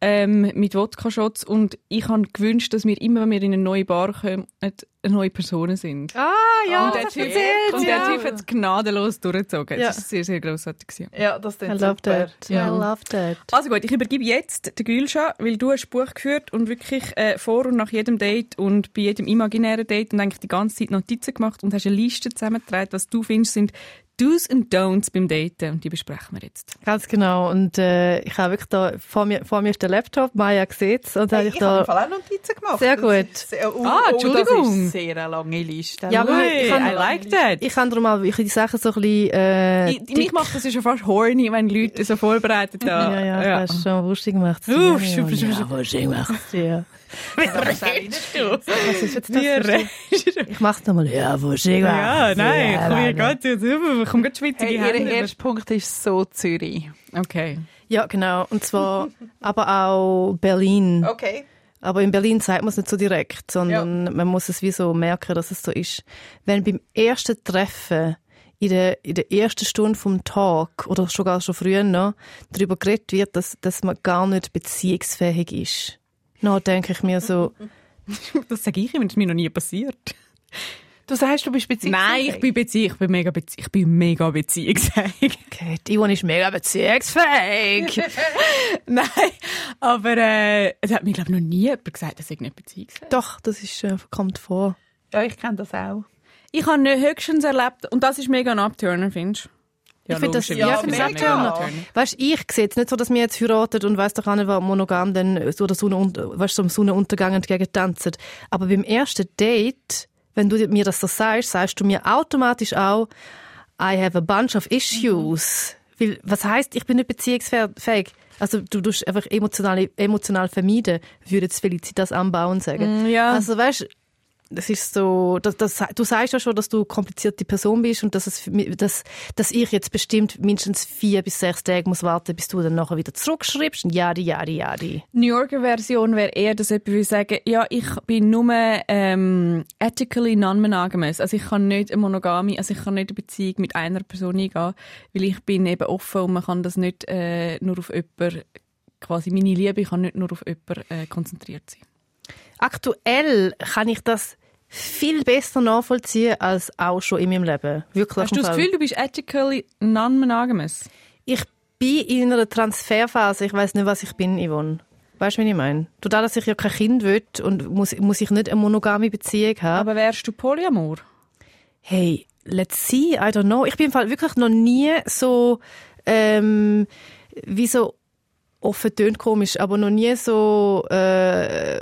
[SPEAKER 1] ähm, mit Wodka-Shots und ich habe gewünscht, dass wir immer, wenn wir in eine neue Bar kommen, eine neue Person sind.
[SPEAKER 3] Ah, ja,
[SPEAKER 1] und der
[SPEAKER 3] das
[SPEAKER 1] Typ,
[SPEAKER 3] erzählt,
[SPEAKER 1] und
[SPEAKER 3] ja.
[SPEAKER 1] der Typ hat es gnadenlos durchgezogen.
[SPEAKER 3] Ja.
[SPEAKER 1] Das war sehr, sehr grossartig. gewesen.
[SPEAKER 2] ja, das
[SPEAKER 3] I
[SPEAKER 2] klingt super.
[SPEAKER 3] love that.
[SPEAKER 1] Ja.
[SPEAKER 3] I love that.
[SPEAKER 1] Also gut, ich übergebe jetzt den Gülscha, weil du hast Buch geführt und wirklich äh, vor und nach jedem Date und bei jedem imaginären Date und eigentlich die ganze Zeit Notizen gemacht und hast eine Liste zusammengetragen, was du findest, sind Do's und Don'ts beim Daten und die besprechen wir jetzt.
[SPEAKER 3] Ganz genau. Und äh, ich habe wirklich da, vor mir, vor mir ist der Laptop, Maya sieht es. Und da
[SPEAKER 2] Hey,
[SPEAKER 3] habe
[SPEAKER 2] ich
[SPEAKER 3] ich
[SPEAKER 2] habe
[SPEAKER 3] da...
[SPEAKER 2] im Fall auch Notizen gemacht.
[SPEAKER 3] Sehr
[SPEAKER 2] Das
[SPEAKER 3] gut.
[SPEAKER 2] ist Sehr, oh,
[SPEAKER 1] Ah,
[SPEAKER 2] Oh, das
[SPEAKER 1] Entschuldigung.
[SPEAKER 2] ist sehr eine lange Liste.
[SPEAKER 3] Ja, aber
[SPEAKER 2] Ui,
[SPEAKER 3] ich
[SPEAKER 1] Hey,
[SPEAKER 3] kann-
[SPEAKER 1] I like that.
[SPEAKER 3] Ich kann darum auch wirklich die Sachen so ein bisschen... Äh,
[SPEAKER 1] Ich, mich macht das ja schon fast horny, wenn Leute so vorbereitet
[SPEAKER 3] ja,
[SPEAKER 1] da.
[SPEAKER 3] ja, ja, das hast schon wurstig gemacht.
[SPEAKER 1] Uff,
[SPEAKER 3] Ja,
[SPEAKER 1] super,
[SPEAKER 3] ja,
[SPEAKER 1] super,
[SPEAKER 3] wurstig gemacht. Ja.
[SPEAKER 2] das redest du?
[SPEAKER 3] Was ist jetzt das?
[SPEAKER 1] Wir
[SPEAKER 3] für- Ich mach's nochmal. Ja, wurstig gemacht.
[SPEAKER 1] Ja, nein,
[SPEAKER 3] Ja,
[SPEAKER 1] komm hier
[SPEAKER 3] nein.
[SPEAKER 1] ganz jetzt rüber, komm ganz schwitzige
[SPEAKER 2] Hey, ihr
[SPEAKER 1] Hände.
[SPEAKER 2] erster Punkt ist so Zürich.
[SPEAKER 1] Okay.
[SPEAKER 3] Ja, genau. Und zwar aber auch Berlin.
[SPEAKER 2] Okay.
[SPEAKER 3] Aber in Berlin sagt man es nicht so direkt, sondern man muss es wie so merken, dass es so ist. Wenn beim ersten Treffen in der, in der ersten Stunde vom Tag oder sogar schon früher noch darüber geredet wird, dass, dass man gar nicht beziehungsfähig ist, dann denke ich mir so,
[SPEAKER 1] Das sage ich immer, das ist mir noch nie passiert.
[SPEAKER 2] Du sagst, du bist
[SPEAKER 1] Nein, ich bin bezie ich bin mega bezie ich bin mega *laughs* beziehungsfähig.
[SPEAKER 3] okay, die Iwan ist mega beziehungsfähig.
[SPEAKER 1] Nein, aber äh, es hat mir glaube noch nie jemand gesagt, dass ich nicht beziehungsfähig.
[SPEAKER 3] Doch, das ist, äh, kommt vor.
[SPEAKER 2] Ja, ich kenne das auch.
[SPEAKER 1] Ich habe nicht höchstens erlebt und das ist mega ein Upturner, findest du?
[SPEAKER 3] Ich finde das- ja,
[SPEAKER 2] ich finde
[SPEAKER 1] mega
[SPEAKER 2] das
[SPEAKER 1] ein
[SPEAKER 2] Upturner.
[SPEAKER 1] Upturner.
[SPEAKER 3] Weißt ich sehe jetzt nicht so, dass wir jetzt heiraten und weiss doch auch nicht, was monogam dann äh, so oder Sonnenunt weißt, so am Sonnenuntergang entgegen tanzen. Aber beim ersten Date, wenn du mir das so sagst, sagst du mir automatisch auch, I have a bunch of issues. Weil, was heißt, ich bin nicht beziehungsfähig? Also du tust einfach emotional, emotional vermeiden, würde jetzt Felicitas anbauen sagen.
[SPEAKER 1] Mm, ja.
[SPEAKER 3] Also weißt das ist so, das, das, du sagst ja schon, dass du komplizierte Person bist und dass, es, für mich- dass, dass ich jetzt bestimmt mindestens vier bis sechs Tage muss warten, bis du dann nachher wieder zurückschreibst. Und Jadi, jadi, jadi.
[SPEAKER 1] New Yorker Version wäre eher, dass jemand würde sagen, ja, ich bin nur ähm, ethically non-monogamous. Also ich kann nicht eine Monogamie, also ich kann nicht eine Beziehung mit einer Person eingehen, weil ich bin eben offen und man kann das nicht äh, nur auf jemanden, quasi meine Liebe kann nicht nur auf jemanden äh, konzentriert sein.
[SPEAKER 3] aktuell kann ich das viel besser nachvollziehen als auch schon in meinem Leben. Wirklich.
[SPEAKER 1] Hast du
[SPEAKER 3] im
[SPEAKER 1] das
[SPEAKER 3] Fall.
[SPEAKER 1] Gefühl, du bist ethically non-monogamous?
[SPEAKER 3] Ich bin in einer Transferphase. Ich weiß nicht, was ich bin, Yvonne. Weißt du, wie ich meine? Dadurch, dass ich ja kein Kind will und muss, muss ich nicht eine monogame Beziehung haben.
[SPEAKER 1] Aber wärst du Polyamor?
[SPEAKER 3] hey, let's see, I don't know. Ich bin im Fall wirklich noch nie so, ähm, wie so offen tönt komisch, aber noch nie so, äh,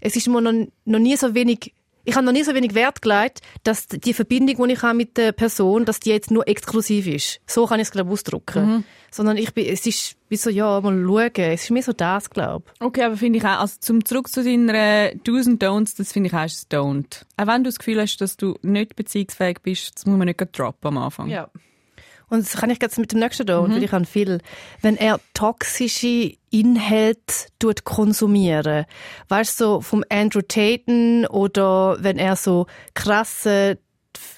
[SPEAKER 3] es ist mir noch, noch nie so wenig, ich habe noch nie so wenig Wert gelegt, dass die Verbindung, die ich habe mit der Person, dass die jetzt nur exklusiv ist. So kann ich es, glaube ich, ausdrücken. Sondern ich bin, es ist wie so, ja, mal schauen. Es ist mehr so das, glaube ich.
[SPEAKER 1] Okay, aber finde ich auch, also zum zurück zu deiner äh, Do's und Don'ts, das finde ich auch ist ein Don't. Auch wenn du das Gefühl hast, dass du nicht beziehungsfähig bist, das muss man nicht gerade droppen am Anfang.
[SPEAKER 2] Ja.
[SPEAKER 3] Und das kann ich jetzt mit dem nächsten tun, weil ich habe viel. Wenn er toxische Inhalte tut konsumieren, weißt du, so vom Andrew Tatum oder wenn er so krasse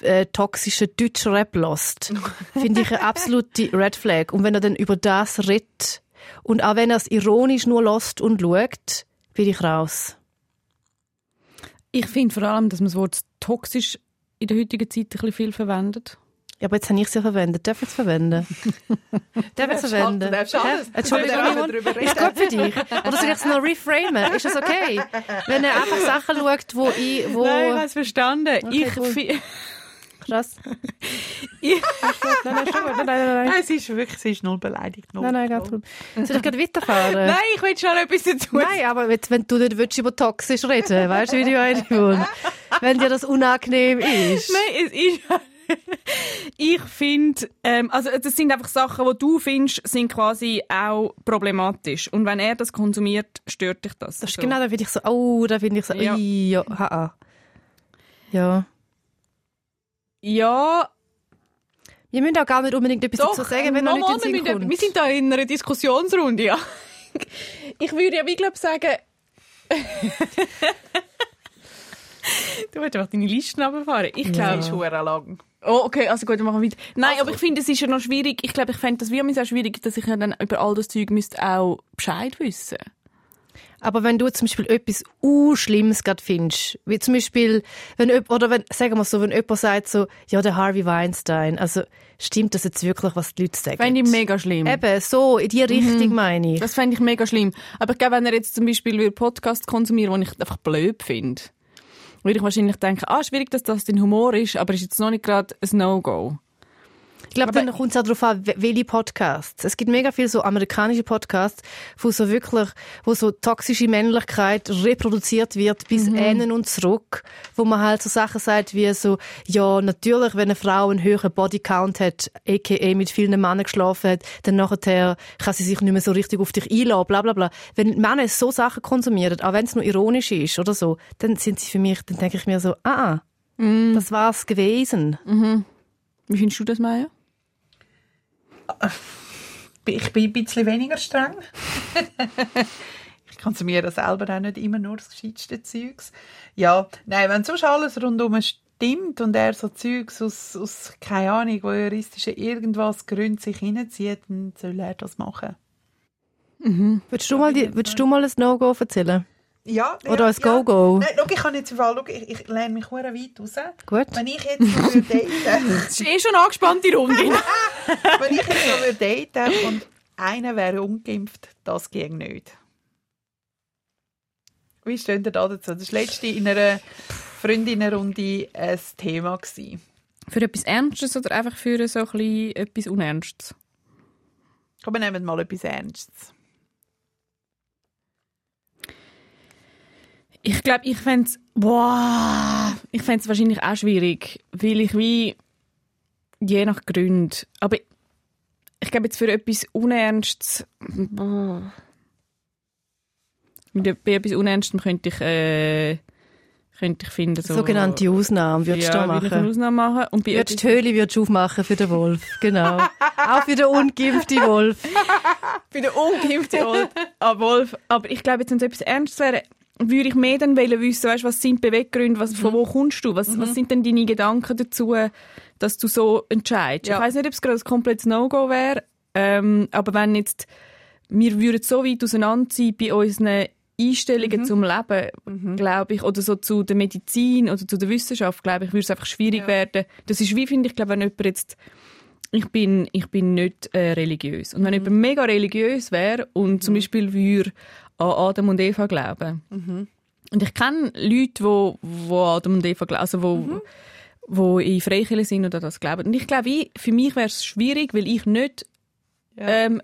[SPEAKER 3] äh, toxische Deutschrap *laughs* lost, finde ich eine absolute Red Flag. Und wenn er dann über das redet und auch wenn er es ironisch nur lost und schaut, bin ich raus.
[SPEAKER 1] Ich finde vor allem, dass man das Wort toxisch in der heutigen Zeit ein bisschen viel verwendet.
[SPEAKER 3] Ja, aber jetzt habe ich es ja verwendet. Darf ich es *laughs* verwenden? Darf ich es verwenden?
[SPEAKER 2] Du darfst alles.
[SPEAKER 3] Hä? Entschuldigung,
[SPEAKER 2] Wir dürfen
[SPEAKER 3] Yvonne,
[SPEAKER 2] darüber
[SPEAKER 3] ist gut für dich. Oder soll ich es noch reframen? Ist es okay? Wenn er einfach Sachen schaut, wo ich... Wo
[SPEAKER 1] Nein, ich habe es verstanden. ich
[SPEAKER 3] cool.
[SPEAKER 1] fi- *laughs*
[SPEAKER 3] Krass.
[SPEAKER 1] Ich-
[SPEAKER 3] nein, nein, ist gut. nein, nein, nein.
[SPEAKER 2] Nein, sie ist wirklich, sie ist null beleidigt. Null.
[SPEAKER 3] Nein, nein, ganz gut. Soll ich gerade weiterfahren?
[SPEAKER 1] Nein, ich will schon etwas dazu
[SPEAKER 3] Nein, aber jetzt, wenn du nicht willst, über toxisch reden weißt du, wie ich meine? Yvonne? Wenn dir das unangenehm ist.
[SPEAKER 1] Nein, es ist. *laughs* ich finde, ähm, also das sind einfach Sachen, die du findest, sind quasi auch problematisch. Und wenn er das konsumiert, stört dich das.
[SPEAKER 3] Das ist
[SPEAKER 1] So.
[SPEAKER 3] genau, da finde ich so, oh, da finde ich so,
[SPEAKER 1] Ja.
[SPEAKER 3] ja. ja, ha, ha. ja.
[SPEAKER 1] Ja,
[SPEAKER 3] Wir müssen auch gar nicht unbedingt etwas
[SPEAKER 1] doch.
[SPEAKER 3] dazu sagen, wenn noch nicht
[SPEAKER 1] nochmal,
[SPEAKER 3] in den
[SPEAKER 1] wir,
[SPEAKER 3] Sinn
[SPEAKER 1] müssen-
[SPEAKER 3] kommt.
[SPEAKER 1] wir sind da in einer Diskussionsrunde, ja. *laughs* Ich würde ja, wie glaube sagen... *laughs* du willst einfach deine Listen runterfahren. Ich
[SPEAKER 2] Sie
[SPEAKER 1] glaube...
[SPEAKER 2] ist hure lang.
[SPEAKER 1] Oh, okay, also gut, dann machen wir weiter. Nein, aber ich finde, es ist ja noch schwierig. Ich glaube, ich fände das wie immer sehr schwierig, dass ich ja dann über all das Zeug müsste auch Bescheid wissen.
[SPEAKER 3] Aber wenn du zum Beispiel etwas uh Schlimmes gerade findest, wie zum Beispiel, wenn jemand, oder wenn, sagen wir so, wenn jemand sagt so, ja, der Harvey Weinstein, also stimmt das jetzt wirklich, was die Leute sagen?
[SPEAKER 1] Fände ich mega schlimm.
[SPEAKER 3] Eben, so, in die Richtung meine ich.
[SPEAKER 1] Das fände ich mega schlimm. Aber ich glaube, wenn er jetzt zum Beispiel würde Podcast konsumieren, den ich einfach blöd finde, würde ich wahrscheinlich denken, ah, schwierig, dass das dein Humor ist, aber ist jetzt noch nicht gerade ein No-Go.
[SPEAKER 3] Ich glaube, dann kommt es auch darauf an, wel- welche Podcasts. Es gibt mega viele so amerikanische Podcasts, wo so wirklich, wo so toxische Männlichkeit reproduziert wird bis innen und zurück, wo man halt so Sachen sagt wie so, ja, natürlich, wenn eine Frau einen höheren Bodycount hat, aka mit vielen Männern geschlafen hat, dann nachher kann sie sich nicht mehr so richtig auf dich einladen, bla, bla, bla. Wenn Männer so Sachen konsumieren, auch wenn es nur ironisch ist oder so, dann sind sie für mich, dann denke ich mir so, ah, das war's gewesen.
[SPEAKER 1] Wie findest du das, Maya?
[SPEAKER 2] Ich bin ein bisschen weniger streng. *laughs* ich konsumiere das selber auch nicht immer nur das gescheiteste Zeugs. Ja, nein, wenn sonst alles rundum stimmt und er so Zeugs aus, aus keine Ahnung, juristischen irgendwas Gründen sich hineinzieht, dann soll er das machen.
[SPEAKER 3] Würdest du mal, die- würdest du mal ein No-Go erzählen?
[SPEAKER 2] Ja,
[SPEAKER 3] Oder ein Go-Go?
[SPEAKER 2] Nein, schau, ich kann jetzt im Fall, schau, ich, ich lerne mich hure weit raus.
[SPEAKER 3] Gut.
[SPEAKER 2] Wenn ich jetzt so würde *laughs* daten,
[SPEAKER 1] Das ist eh schon eine angespannte Runde.
[SPEAKER 2] wenn ich jetzt so würde daten und einer wäre ungeimpft, das ging nicht. Wie steht ihr da dazu? Das war letzte in einer Freundinnenrunde ein Thema. Gewesen.
[SPEAKER 1] *laughs* für etwas Ernstes oder einfach für so ein bisschen etwas Unernstes?
[SPEAKER 2] Komm, wir nehmen mal etwas Ernstes.
[SPEAKER 1] Ich glaube, ich fände es wow, ich fänd's wahrscheinlich auch schwierig, weil ich wie je nach Grund. Aber ich- ich glaube jetzt für etwas Unernstes. boah. Mit e- bei etwas Unernstem könnte ich äh, könnte ich finden so
[SPEAKER 3] Sogenannte Ausnahmen würdest
[SPEAKER 1] ja,
[SPEAKER 3] du
[SPEAKER 1] würde
[SPEAKER 3] da
[SPEAKER 1] ich eine
[SPEAKER 3] machen.
[SPEAKER 1] Ausnahme machen und bei
[SPEAKER 3] Würdest die
[SPEAKER 1] etwas,
[SPEAKER 3] Höhle würdest du aufmachen für den Wolf.
[SPEAKER 1] *laughs*
[SPEAKER 3] Genau. Auch für den ungeimpften Wolf.
[SPEAKER 1] bei der ungeimpften Wolf, *laughs* ah, Wolf. Aber ich glaube jetzt wenn es etwas Ernstes wäre, würde ich mehr dann wollen wissen, weißt, was sind die Beweggründe, was, von wo kommst du, was, was sind denn deine Gedanken dazu, dass du so entscheidest.
[SPEAKER 2] Ja.
[SPEAKER 1] Ich weiß nicht, ob es gerade ein komplettes No-Go wäre, ähm, aber wenn jetzt wir würden so weit auseinander sein bei unseren Einstellungen zum Leben, glaube ich, oder so zu der Medizin oder zu der Wissenschaft, glaube ich, würde es einfach schwierig werden. Das ist wie, finde ich, glaube wenn jemand jetzt, ich bin, ich bin nicht äh, religiös. Und wenn jemand mega religiös wäre und zum Beispiel würde an Adam und Eva glauben. Und ich kenne Leute, wo, wo Adam und Eva glauben, also wo, wo in Freikirche sind oder das glauben. Und ich glaube, ich- für mich wäre es schwierig, weil ich nicht ähm,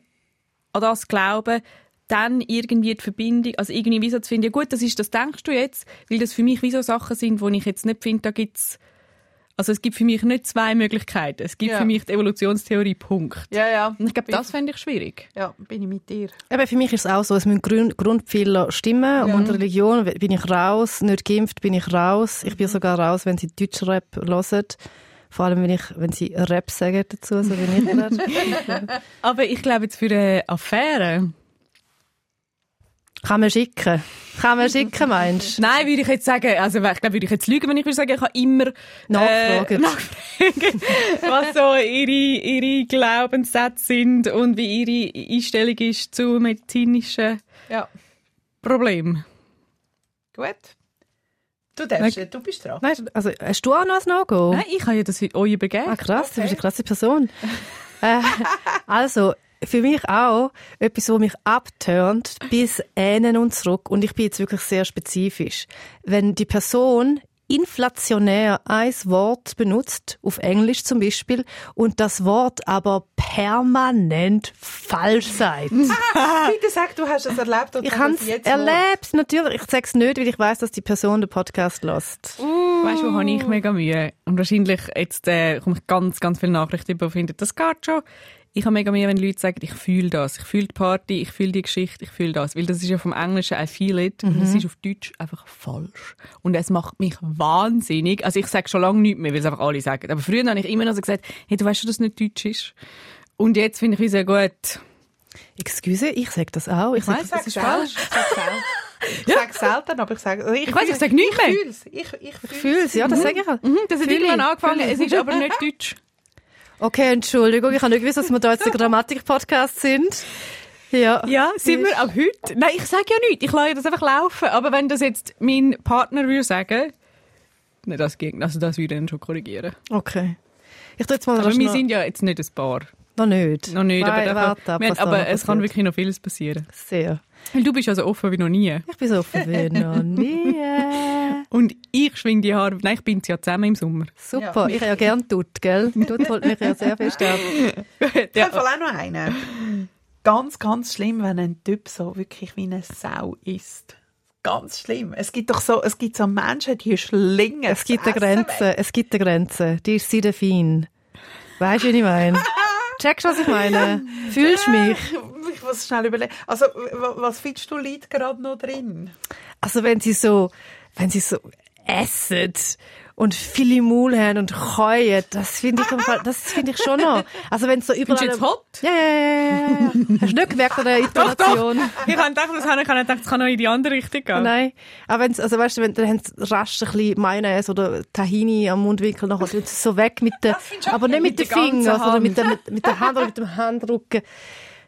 [SPEAKER 1] an das glaube, dann irgendwie die Verbindung, also irgendwie wieso zu finden, ja gut, das ist, das denkst du jetzt, weil das für mich wie so Sachen sind, wo ich jetzt nicht finde, da gibt's, also es gibt für mich nicht zwei Möglichkeiten. Es gibt
[SPEAKER 2] Ja.
[SPEAKER 1] für mich die Evolutionstheorie, Punkt.
[SPEAKER 2] Ja, ja.
[SPEAKER 1] Und ich glaube, das fände ich schwierig.
[SPEAKER 2] Ja, bin ich mit dir.
[SPEAKER 3] Eben, für mich ist es auch so, es müssen Grund, Grundpfeiler stimmen. Und Religion bin ich raus, nicht geimpft bin ich raus. Ich bin
[SPEAKER 1] Mhm.
[SPEAKER 3] sogar raus, wenn sie Deutschrap hören. Vor allem, wenn, ich, wenn sie Rap sagen dazu, so wie ich gerade.
[SPEAKER 1] *laughs* Aber ich glaube jetzt für eine Affäre,
[SPEAKER 3] Kann man schicken. Kann man schicken, meinst du?
[SPEAKER 1] nein, würde ich jetzt sagen, also ich glaube, würde ich jetzt lügen, wenn ich würde sagen, ich habe immer
[SPEAKER 3] Nachfragen.
[SPEAKER 1] Äh, nachfragen, was so ihre, ihre Glaubenssätze sind und wie ihre Einstellung ist zu medizinischen
[SPEAKER 2] Ja,
[SPEAKER 1] Problemen.
[SPEAKER 2] gut. Du darfst, jetzt, du bist dran.
[SPEAKER 3] Nein, also, hast du auch noch ein No-Go?
[SPEAKER 1] Nein, ich habe ja das euch übergeben.
[SPEAKER 3] Ah, krass, du bist eine krasse Person. äh, also, für mich auch etwas, was mich abtönt, bis Ähnen und zurück. Und ich bin jetzt wirklich sehr spezifisch. Wenn die Person inflationär ein Wort benutzt, auf Englisch zum Beispiel, und das Wort aber permanent falsch sagt.
[SPEAKER 2] Bitte sag, du hast es erlebt und
[SPEAKER 3] Ich
[SPEAKER 2] sag
[SPEAKER 3] habe
[SPEAKER 2] es
[SPEAKER 3] es
[SPEAKER 2] jetzt
[SPEAKER 3] erlebt, natürlich. Ich sage es nicht, weil ich weiß, dass die Person den Podcast lässt.
[SPEAKER 1] Weißt du, wo habe ich mega Mühe? Und wahrscheinlich jetzt äh, komme ich ganz, ganz viele Nachrichten über, finde das geht schon. Ich habe mega Mühe, wenn Leute sagen, ich fühle das, ich fühle die Party, ich fühle die Geschichte, ich fühle das, weil das ist ja vom Englischen I feel it und es ist auf Deutsch einfach falsch. Und es macht mich wahnsinnig. Also ich sage schon lange nichts mehr, weil es einfach alle sagen. Aber früher habe ich immer noch so gesagt, hey, du weißt schon, dass es nicht Deutsch ist. Und jetzt finde ich wie sehr gut.
[SPEAKER 3] Excuse, ich sage das auch. Ich sage
[SPEAKER 1] weiss,
[SPEAKER 2] Sag
[SPEAKER 1] Das
[SPEAKER 2] es
[SPEAKER 1] ist
[SPEAKER 2] falsch. Ich sage selten, aber ich sage also
[SPEAKER 1] Ich weiß, ich
[SPEAKER 2] fühl-
[SPEAKER 1] sage nichts mehr.
[SPEAKER 2] ich fühle es. Ich, ich fühle
[SPEAKER 3] Gefühl, ja, das sage ich auch.
[SPEAKER 1] Mhm, das hat
[SPEAKER 3] Fühle
[SPEAKER 1] irgendwann
[SPEAKER 3] ich,
[SPEAKER 1] angefangen,
[SPEAKER 3] fühle
[SPEAKER 1] es
[SPEAKER 3] ich.
[SPEAKER 1] ist aber nicht Deutsch.
[SPEAKER 3] Okay, Entschuldigung, ich habe nicht gewusst, dass wir da jetzt der Grammatik-Podcast sind. Ja.
[SPEAKER 1] Ja, *laughs* sind wir ab heute? Nein, ich sage ja nichts. Ich lasse das einfach laufen. Aber wenn das jetzt mein Partner würde sagen, nein, das ging, also das würde ich dann schon korrigieren.
[SPEAKER 3] Okay. Ich tu jetzt mal
[SPEAKER 1] Aber
[SPEAKER 3] rasch
[SPEAKER 1] wir
[SPEAKER 3] noch,
[SPEAKER 1] sind ja jetzt nicht ein Paar.
[SPEAKER 3] noch nicht.
[SPEAKER 1] Noch nicht, aber,
[SPEAKER 3] Wei-
[SPEAKER 1] da
[SPEAKER 3] warte
[SPEAKER 1] kann,
[SPEAKER 3] ab,
[SPEAKER 1] wir,
[SPEAKER 3] was da noch
[SPEAKER 1] aber es kann
[SPEAKER 3] passiert.
[SPEAKER 1] wirklich noch vieles passieren.
[SPEAKER 3] Sehr.
[SPEAKER 1] Weil du bist ja so offen wie noch nie.
[SPEAKER 3] Ich bin so verwirrt
[SPEAKER 1] *laughs*
[SPEAKER 3] noch nie.
[SPEAKER 1] Und ich schwing die Haare, nein, ich bin ja zusammen im Sommer.
[SPEAKER 3] Super, ich habe ja gern tut, gell? Tut holt mich ja sehr fest ab.
[SPEAKER 2] Ich habe auch noch einen. Ganz, ganz schlimm, wenn ein Typ so wirklich wie eine Sau ist. Ganz schlimm. Es gibt doch so, es gibt so Menschen, die schlingen.
[SPEAKER 3] Es gibt
[SPEAKER 2] das
[SPEAKER 3] eine
[SPEAKER 2] Essen weg.
[SPEAKER 3] Grenze, es gibt eine Grenze. Die ist sehr fein. Weißt du, wie
[SPEAKER 1] *laughs*
[SPEAKER 3] ich meine? Checkst du, was ich meine? Fühlst du mich?
[SPEAKER 2] *laughs* Ich muss schnell überlegen. Also, w- w- was findest du Leute gerade noch drin?
[SPEAKER 3] Also wenn sie so, wenn sie so essen und viele Maul haben und keuen, das finde ich, im Fall- das finde ich schon noch. Also wenn so überall...
[SPEAKER 1] Bist du jetzt hot?
[SPEAKER 3] Ja, ja, ja, ja, ja. Hast du nicht gemerkt an der
[SPEAKER 1] *laughs* Doch, doch.
[SPEAKER 3] Intonation?
[SPEAKER 1] Ich habe gedacht, das habe ich habe gedacht, es kann noch in die andere Richtung gehen.
[SPEAKER 3] Ah. Nein. Aber wenn's, also weißt du, wenn, dann haben sie rasch ein bisschen Mayonnaise oder Tahini am Mundwinkel, nachher tun sie so weg mit
[SPEAKER 1] *laughs*
[SPEAKER 3] der, aber nicht mit den
[SPEAKER 1] Mit der ganzen
[SPEAKER 3] Fingern, sondern
[SPEAKER 1] Hand.
[SPEAKER 3] mit der, mit, mit der Hand oder mit dem Handrücken.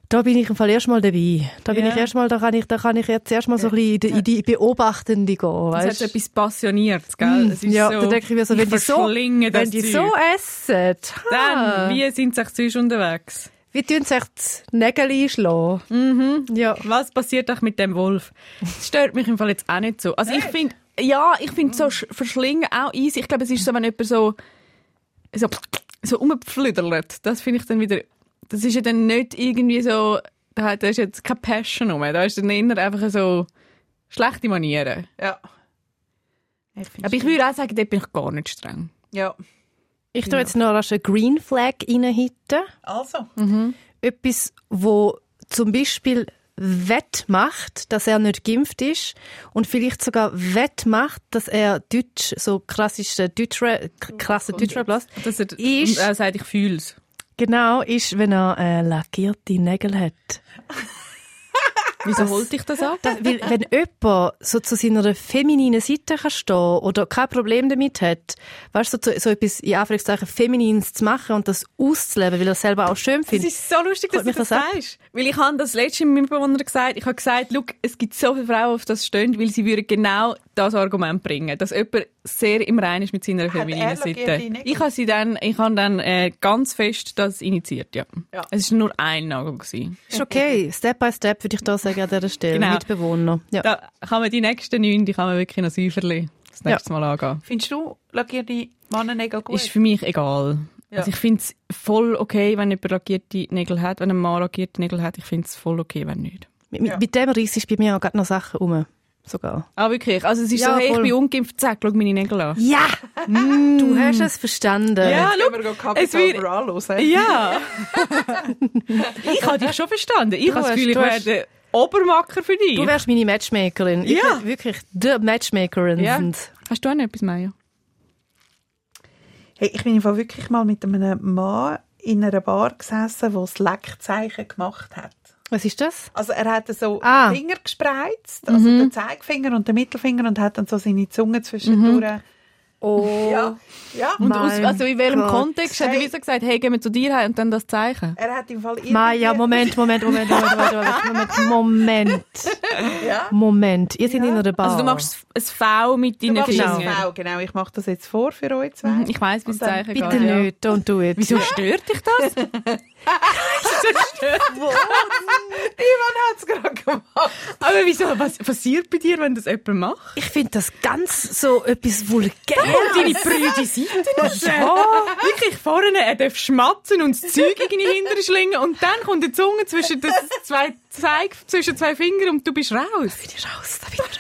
[SPEAKER 3] Da bin ich im Fall erstmal dabei. Da bin
[SPEAKER 1] Ja.
[SPEAKER 3] ich erstmal, da kann ich, da kann ich jetzt erstmal so ein bisschen in die, in die Beobachtende gehen,
[SPEAKER 1] Es
[SPEAKER 3] weißt Mm,
[SPEAKER 1] hat etwas Passioniertes, gell? Es ist
[SPEAKER 3] ja,
[SPEAKER 1] so,
[SPEAKER 3] da denke ich mir so, wenn die so,
[SPEAKER 1] verschlinge das
[SPEAKER 3] wenn die so Ah.
[SPEAKER 1] Zeug.
[SPEAKER 3] essen, ha,
[SPEAKER 1] Dann, wie sind sie sonst unterwegs?
[SPEAKER 3] wie tun sich die Nägel einschlagen? Mhm. Ja.
[SPEAKER 1] Was passiert euch mit dem Wolf? Das stört mich im Fall jetzt auch nicht so. Also ich finde, ja, ich finde so Sch- Verschlingen auch easy. Ich glaube, es ist so, wenn jemand so so, so umpflüderlet, das finde ich dann wieder, das ist ja dann nicht irgendwie so, da, hat- da ist jetzt keine Passion rum, da ist dann eher einfach so schlechte Manieren.
[SPEAKER 2] Ja.
[SPEAKER 1] Aber ich würde auch sagen, dort bin ich gar nicht streng.
[SPEAKER 2] Ja.
[SPEAKER 3] Ich tu jetzt noch rasch eine Green Flag reinhitten.
[SPEAKER 2] Also.
[SPEAKER 3] Etwas, wo zum Beispiel wettmacht, dass er nicht geimpft ist und vielleicht sogar wettmacht, dass er Deutsch, so klassische Deutschra krasse Deutschrap lässt,
[SPEAKER 1] Das ist,
[SPEAKER 3] Ist-
[SPEAKER 1] und Oh er sagt, ich fühle es.
[SPEAKER 3] genau ist, wenn er äh, lackierte Nägel hat.
[SPEAKER 1] *laughs* Wieso holt dich das ab?
[SPEAKER 3] Das, weil, wenn jemand so zu seiner femininen Seite kann stehen oder kein Problem damit hat, weißt du, so, zu- so etwas in Anführungszeichen Feminines zu machen und das auszuleben, weil er es selber auch schön
[SPEAKER 1] Es
[SPEAKER 3] findet.
[SPEAKER 1] ist so lustig, dass
[SPEAKER 3] Holt
[SPEAKER 1] du
[SPEAKER 3] mich
[SPEAKER 1] das
[SPEAKER 3] das ab?
[SPEAKER 1] sagst. Weil ich habe das letzte meinem Bewohner gesagt. Ich habe gesagt, «Schau, es gibt so viele Frauen, die auf das stehen, weil sie würden genau das Argument bringen, dass jemand sehr im Reinen ist mit seiner femininen
[SPEAKER 2] er blockiert
[SPEAKER 1] Seite.
[SPEAKER 2] ihn nicht?
[SPEAKER 1] Ich habe sie dann, ich habe dann äh, ganz fest das initiiert, ja.
[SPEAKER 2] Ja.
[SPEAKER 1] Es war nur ein Nagel. Gewesen.
[SPEAKER 3] Ist okay. Step by step würde ich da sagen an dieser Stelle.
[SPEAKER 1] Genau.
[SPEAKER 3] Mitbewohner. Ja.
[SPEAKER 1] Da kann man die nächsten neun, die kann man wirklich noch säuferlich das
[SPEAKER 3] Ja.
[SPEAKER 1] nächste Mal angehen.
[SPEAKER 2] Findest du lackierte Mannennägel gut?
[SPEAKER 1] Ist für mich egal.
[SPEAKER 2] Ja.
[SPEAKER 1] Also ich finde es voll okay, wenn jemand lackierte Nägel hat, wenn ein Mann lackierte Nägel hat. Ich finde es voll okay, wenn nicht.
[SPEAKER 3] Mit, mit,
[SPEAKER 2] Ja.
[SPEAKER 3] mit dem Reiss ist bei mir auch gerade noch Sachen rum. Sogar.
[SPEAKER 1] Ah, wirklich? Also es ist
[SPEAKER 3] Ja,
[SPEAKER 1] so, hey,
[SPEAKER 3] voll.
[SPEAKER 1] ich bin ungeimpft, zack, schau meine Nägel an.
[SPEAKER 3] Ja! Du hast es verstanden.
[SPEAKER 1] Mm. Ja,
[SPEAKER 2] Jetzt gehen wir Capital
[SPEAKER 1] es wird-
[SPEAKER 2] Bra hören.
[SPEAKER 1] Ja! *laughs* ich habe dich schon verstanden. Ich
[SPEAKER 3] Du
[SPEAKER 1] habe das
[SPEAKER 3] hast-
[SPEAKER 1] Gefühl, ich
[SPEAKER 3] du
[SPEAKER 1] wäre
[SPEAKER 3] hast-
[SPEAKER 1] der Obermacker für dich.
[SPEAKER 3] Du wärst meine Matchmakerin. Ich
[SPEAKER 1] Ja.
[SPEAKER 3] bin wirklich die Matchmakerin.
[SPEAKER 1] Ja. Hast du auch noch etwas, Maya?
[SPEAKER 2] Hey, ich bin im Fall wirklich mal mit einem Mann in einer Bar gesessen, der das Leckzeichen gemacht hat.
[SPEAKER 3] Was ist das?
[SPEAKER 2] Also er hat so
[SPEAKER 3] Ah.
[SPEAKER 2] Finger gespreizt, also den Zeigefinger und den Mittelfinger und hat dann so seine Zunge zwischendurch.
[SPEAKER 3] Oh.
[SPEAKER 2] Ja, ja.
[SPEAKER 1] Und
[SPEAKER 3] Mein
[SPEAKER 1] aus, also in welchem
[SPEAKER 3] Gott.
[SPEAKER 1] Kontext? Hat er
[SPEAKER 2] Hey.
[SPEAKER 1] wieso gesagt, hey, gehen wir zu dir heim und dann das Zeichen?
[SPEAKER 2] Er hat im Fall irgendwie...
[SPEAKER 3] Maja, Moment, Moment, Moment, Moment, Moment, Moment, Moment,
[SPEAKER 2] Ja.
[SPEAKER 3] Moment. Ihr seid in einer Bar.
[SPEAKER 1] Also du machst ein V mit
[SPEAKER 2] Du
[SPEAKER 1] deinen
[SPEAKER 2] machst
[SPEAKER 1] Fingern.
[SPEAKER 2] das genau, genau. Ich mache das jetzt vor für euch zwei.
[SPEAKER 1] Mhm, Ich weiss, wie das Zeichen
[SPEAKER 3] Bitte
[SPEAKER 1] geht. ja.
[SPEAKER 3] nicht, don't do it.
[SPEAKER 1] Wieso stört dich das?
[SPEAKER 2] Ah, Ivan hat es gerade gemacht.
[SPEAKER 1] *laughs* Aber wieso? Was passiert bei dir, wenn das jemand macht?
[SPEAKER 3] Ich finde das ganz so etwas vulgär.
[SPEAKER 1] Und deine prüde Seite noch ja. Wirklich, vorne, er darf schmatzen und das Zeug in die Hintern schlingen und dann kommt die Zunge zwischen das zwei Zeig, zwischen zwei Fingern und du bist raus.
[SPEAKER 3] Raus, da wieder raus.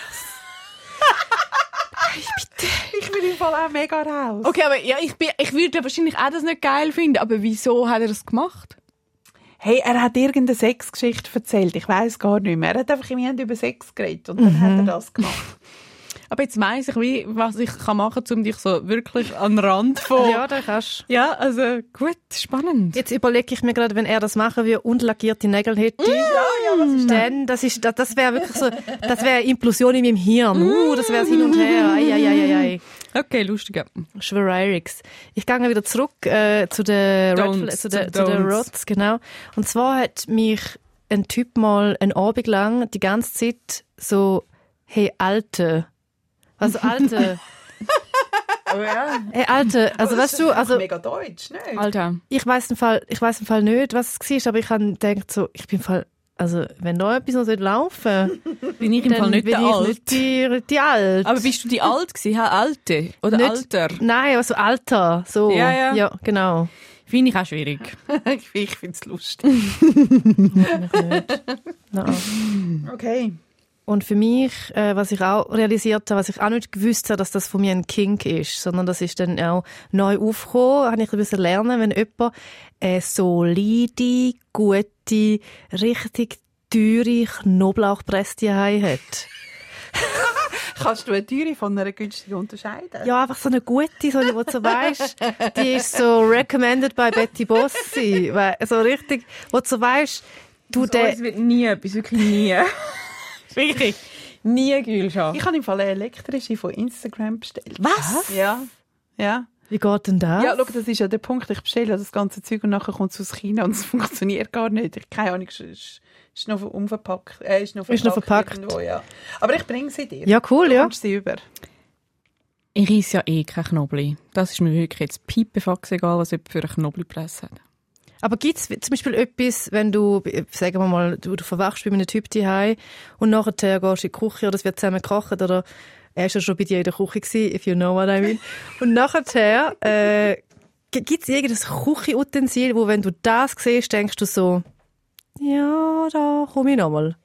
[SPEAKER 2] Ich bin im Fall auch mega raus.
[SPEAKER 1] Okay, aber ja, ich, bin, ich würde wahrscheinlich auch das nicht geil finden, aber wieso hat er das gemacht?
[SPEAKER 2] Hey, er hat irgendeine Sexgeschichte erzählt. Ich weiß gar nicht mehr. Er hat einfach im Ende über Sex geredet und dann hat er das gemacht.
[SPEAKER 1] Aber jetzt weiss ich, wie, was ich kann machen kann, um dich so wirklich an den Rand von...
[SPEAKER 3] Ja, da kannst
[SPEAKER 1] Ja, also gut, spannend.
[SPEAKER 3] Jetzt überlege ich mir gerade, wenn er das machen würde und lackierte Nägel hätte, dann, das ist, das, das wäre wirklich so, das wäre Implosion in meinem Hirn.
[SPEAKER 1] Mm.
[SPEAKER 3] Uh, das wäre hin und her. Ai, ai, ai, ai, ai.
[SPEAKER 1] Okay, lustig. ja.
[SPEAKER 3] Schwererix. Ich gehe wieder zurück äh, zu den Red
[SPEAKER 1] Don'ts,
[SPEAKER 3] Fla- zu den,
[SPEAKER 1] zu
[SPEAKER 3] zu den
[SPEAKER 1] Don'ts.
[SPEAKER 3] Rots, genau. Und zwar hat mich ein Typ mal einen Abend lang die ganze Zeit so, hey Alte, also
[SPEAKER 1] *laughs*
[SPEAKER 3] Alte, hey Alte, also weißt du, also
[SPEAKER 2] mega deutsch, nicht?
[SPEAKER 1] Alter.
[SPEAKER 3] ich weiß im Fall, ich weiß im Fall nicht, was es war, aber ich habe gedacht so, ich bin im Fall, also wenn da etwas noch laufen,
[SPEAKER 1] Bin ich im Fall
[SPEAKER 3] dann
[SPEAKER 1] nicht
[SPEAKER 3] bin
[SPEAKER 1] der
[SPEAKER 3] ich
[SPEAKER 1] Alt.
[SPEAKER 3] nicht die, die Alt.
[SPEAKER 1] Aber bist du die Alt gewesen? Ha, Alte? Oder
[SPEAKER 3] Nicht-
[SPEAKER 1] Alter?
[SPEAKER 3] Nein, also Alter, so,
[SPEAKER 1] Ja, ja.
[SPEAKER 3] ja genau.
[SPEAKER 1] Finde ich auch schwierig.
[SPEAKER 2] Ich, ich finde es lustig.
[SPEAKER 1] *laughs*
[SPEAKER 3] Nein.
[SPEAKER 2] Okay.
[SPEAKER 3] Und für mich, äh, was ich auch realisiert habe, was ich auch nicht gewusst habe, dass das von mir ein Kink ist, sondern das ist dann auch neu aufgekommen, habe ich ein bisschen lernen, wenn jemand eine solide, gute, richtig teure Knoblauchpresse daheim hat.
[SPEAKER 2] Kannst du eine teure von einer günstigen unterscheiden?
[SPEAKER 3] Ja, einfach so eine gute, so eine, wo du so weisst, die ist so recommended by Betty Bossi. Weil, so richtig, wo du so weisst, du, der,
[SPEAKER 1] wird nie etwas, wirklich
[SPEAKER 3] *laughs*
[SPEAKER 1] nie. wirklich. Nie Gülscha.
[SPEAKER 2] Ich habe im Fall eine elektrische von Instagram bestellt.
[SPEAKER 1] Was?
[SPEAKER 2] Ja. Ja.
[SPEAKER 3] wie geht denn das?
[SPEAKER 2] Ja, schau, das ist ja der Punkt. Ich bestelle das ganze Zeug und nachher kommt es aus China *laughs* und es funktioniert gar nicht. Ich keine Ahnung, es ist, ist noch umverpackt. Äh, ist noch verpackt.
[SPEAKER 3] Ist noch verpackt.
[SPEAKER 2] Irgendwo, ja. Aber ich bringe sie dir.
[SPEAKER 3] Ja, cool, ja.
[SPEAKER 2] Kommst sie über.
[SPEAKER 1] Ich esse ja eh kein Knobli. Das ist mir wirklich jetzt pipefax egal, was jemand für einen Knoblipress hat.
[SPEAKER 3] Aber gibt's zum Beispiel etwas, wenn du, äh, sagen wir mal, du, du verwachst bei einem Typ daheim und nachher gehst du in die Küche oder es wird zusammen gekocht oder er ist ja schon bei dir in der Küche gewesen, if you know what I mean. Und nachher äh, g- gibt's irgendein Küchenutensil, wo wenn du das siehst, denkst du so, ja, da komme ich nochmal.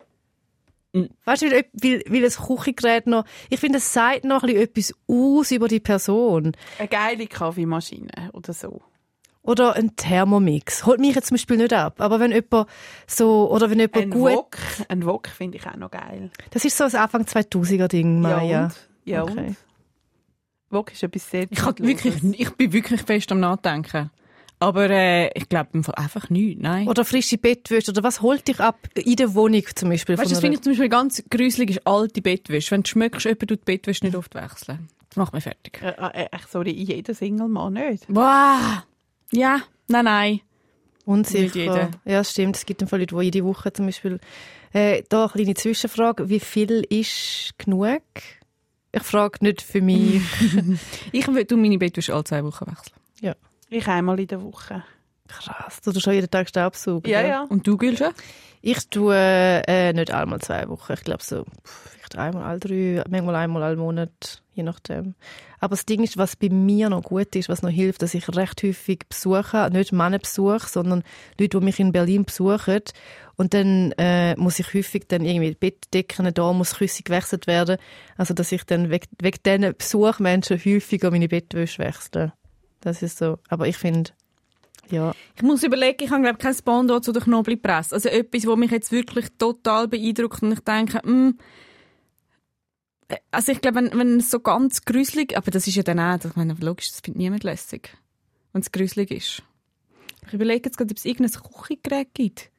[SPEAKER 1] Mhm.
[SPEAKER 3] Weißt du, weil, weil, weil ein Küchengerät noch, ich finde, es sagt noch ein bisschen etwas aus über die Person.
[SPEAKER 2] Eine geile Kaffeemaschine oder so.
[SPEAKER 3] Oder ein Thermomix. Holt mich jetzt zum Beispiel nicht ab. Aber wenn jemand so, oder wenn jemand
[SPEAKER 2] Ein
[SPEAKER 3] gut,
[SPEAKER 2] Wok. Ein Wok finde ich auch noch geil.
[SPEAKER 3] das ist so ein Anfang 2000er Ding, Maya.
[SPEAKER 2] Ja und? Ja
[SPEAKER 3] Okay.
[SPEAKER 2] und? Wok ist etwas sehr
[SPEAKER 1] *laughs* Ich, hab wirklich, ich bin wirklich fest am Nachdenken. Aber äh, ich glaube im Fall einfach nichts, nein.
[SPEAKER 3] Oder frische Bettwäsche oder was holt dich ab in der Wohnung zum Beispiel?
[SPEAKER 1] Weißt du,
[SPEAKER 3] von
[SPEAKER 1] das finde
[SPEAKER 3] einer-
[SPEAKER 1] ich zum Beispiel ganz gruselig, ist alte Bettwäsche. Wenn du schmeckst, jemand tut die Bettwäsche nicht oft wechseln. Das macht mich fertig.
[SPEAKER 2] Äh, äh, äh, sorry, jeder Single Mann nicht.
[SPEAKER 1] Wow! Ja, nein, nein. Nicht
[SPEAKER 3] Unsicher.
[SPEAKER 1] jeder.
[SPEAKER 3] Ja, das stimmt. Es gibt dann Leute, die jede Woche zum Beispiel... Äh, da eine kleine Zwischenfrage. Wie viel ist genug? Ich frage nicht
[SPEAKER 1] *laughs*
[SPEAKER 3] für mich.
[SPEAKER 1] Ich würde meine Bettwäsche alle zwei Wochen wechseln.
[SPEAKER 2] Ich einmal in der Woche.
[SPEAKER 3] Krass, du tust auch jeden Tag Staubsaugen. gell?
[SPEAKER 1] Und du, Gülscha?
[SPEAKER 3] Ich tue äh, nicht einmal zwei Wochen. Ich glaube so pff, vielleicht einmal alle drei, manchmal einmal alle Monat, je nachdem. Aber das Ding ist, was bei mir noch gut ist, was noch hilft, dass ich recht häufig besuche, nicht Männer besuche, sondern Leute, die mich in Berlin besuchen. Und dann äh, muss ich häufig dann irgendwie die Bettdecken da, muss Küsse gewechselt werden. Also dass ich dann wegen weg diesen Besuchmenschen häufiger meine Bettwäsche wechsle. Das ist so. Aber ich finde, ja,
[SPEAKER 1] Ich muss überlegen, ich habe glaube ich, kein Bondo zu der Knoblauchpresse. Also etwas, was mich jetzt wirklich total beeindruckt und ich denke, mm, äh, also ich glaube, wenn, wenn es so ganz gruselig, aber das ist ja dann auch, ich meine, logisch, das findet niemand lässig, wenn es gruselig ist. Ich überlege jetzt gerade, ob es irgendein Küchengerät gibt.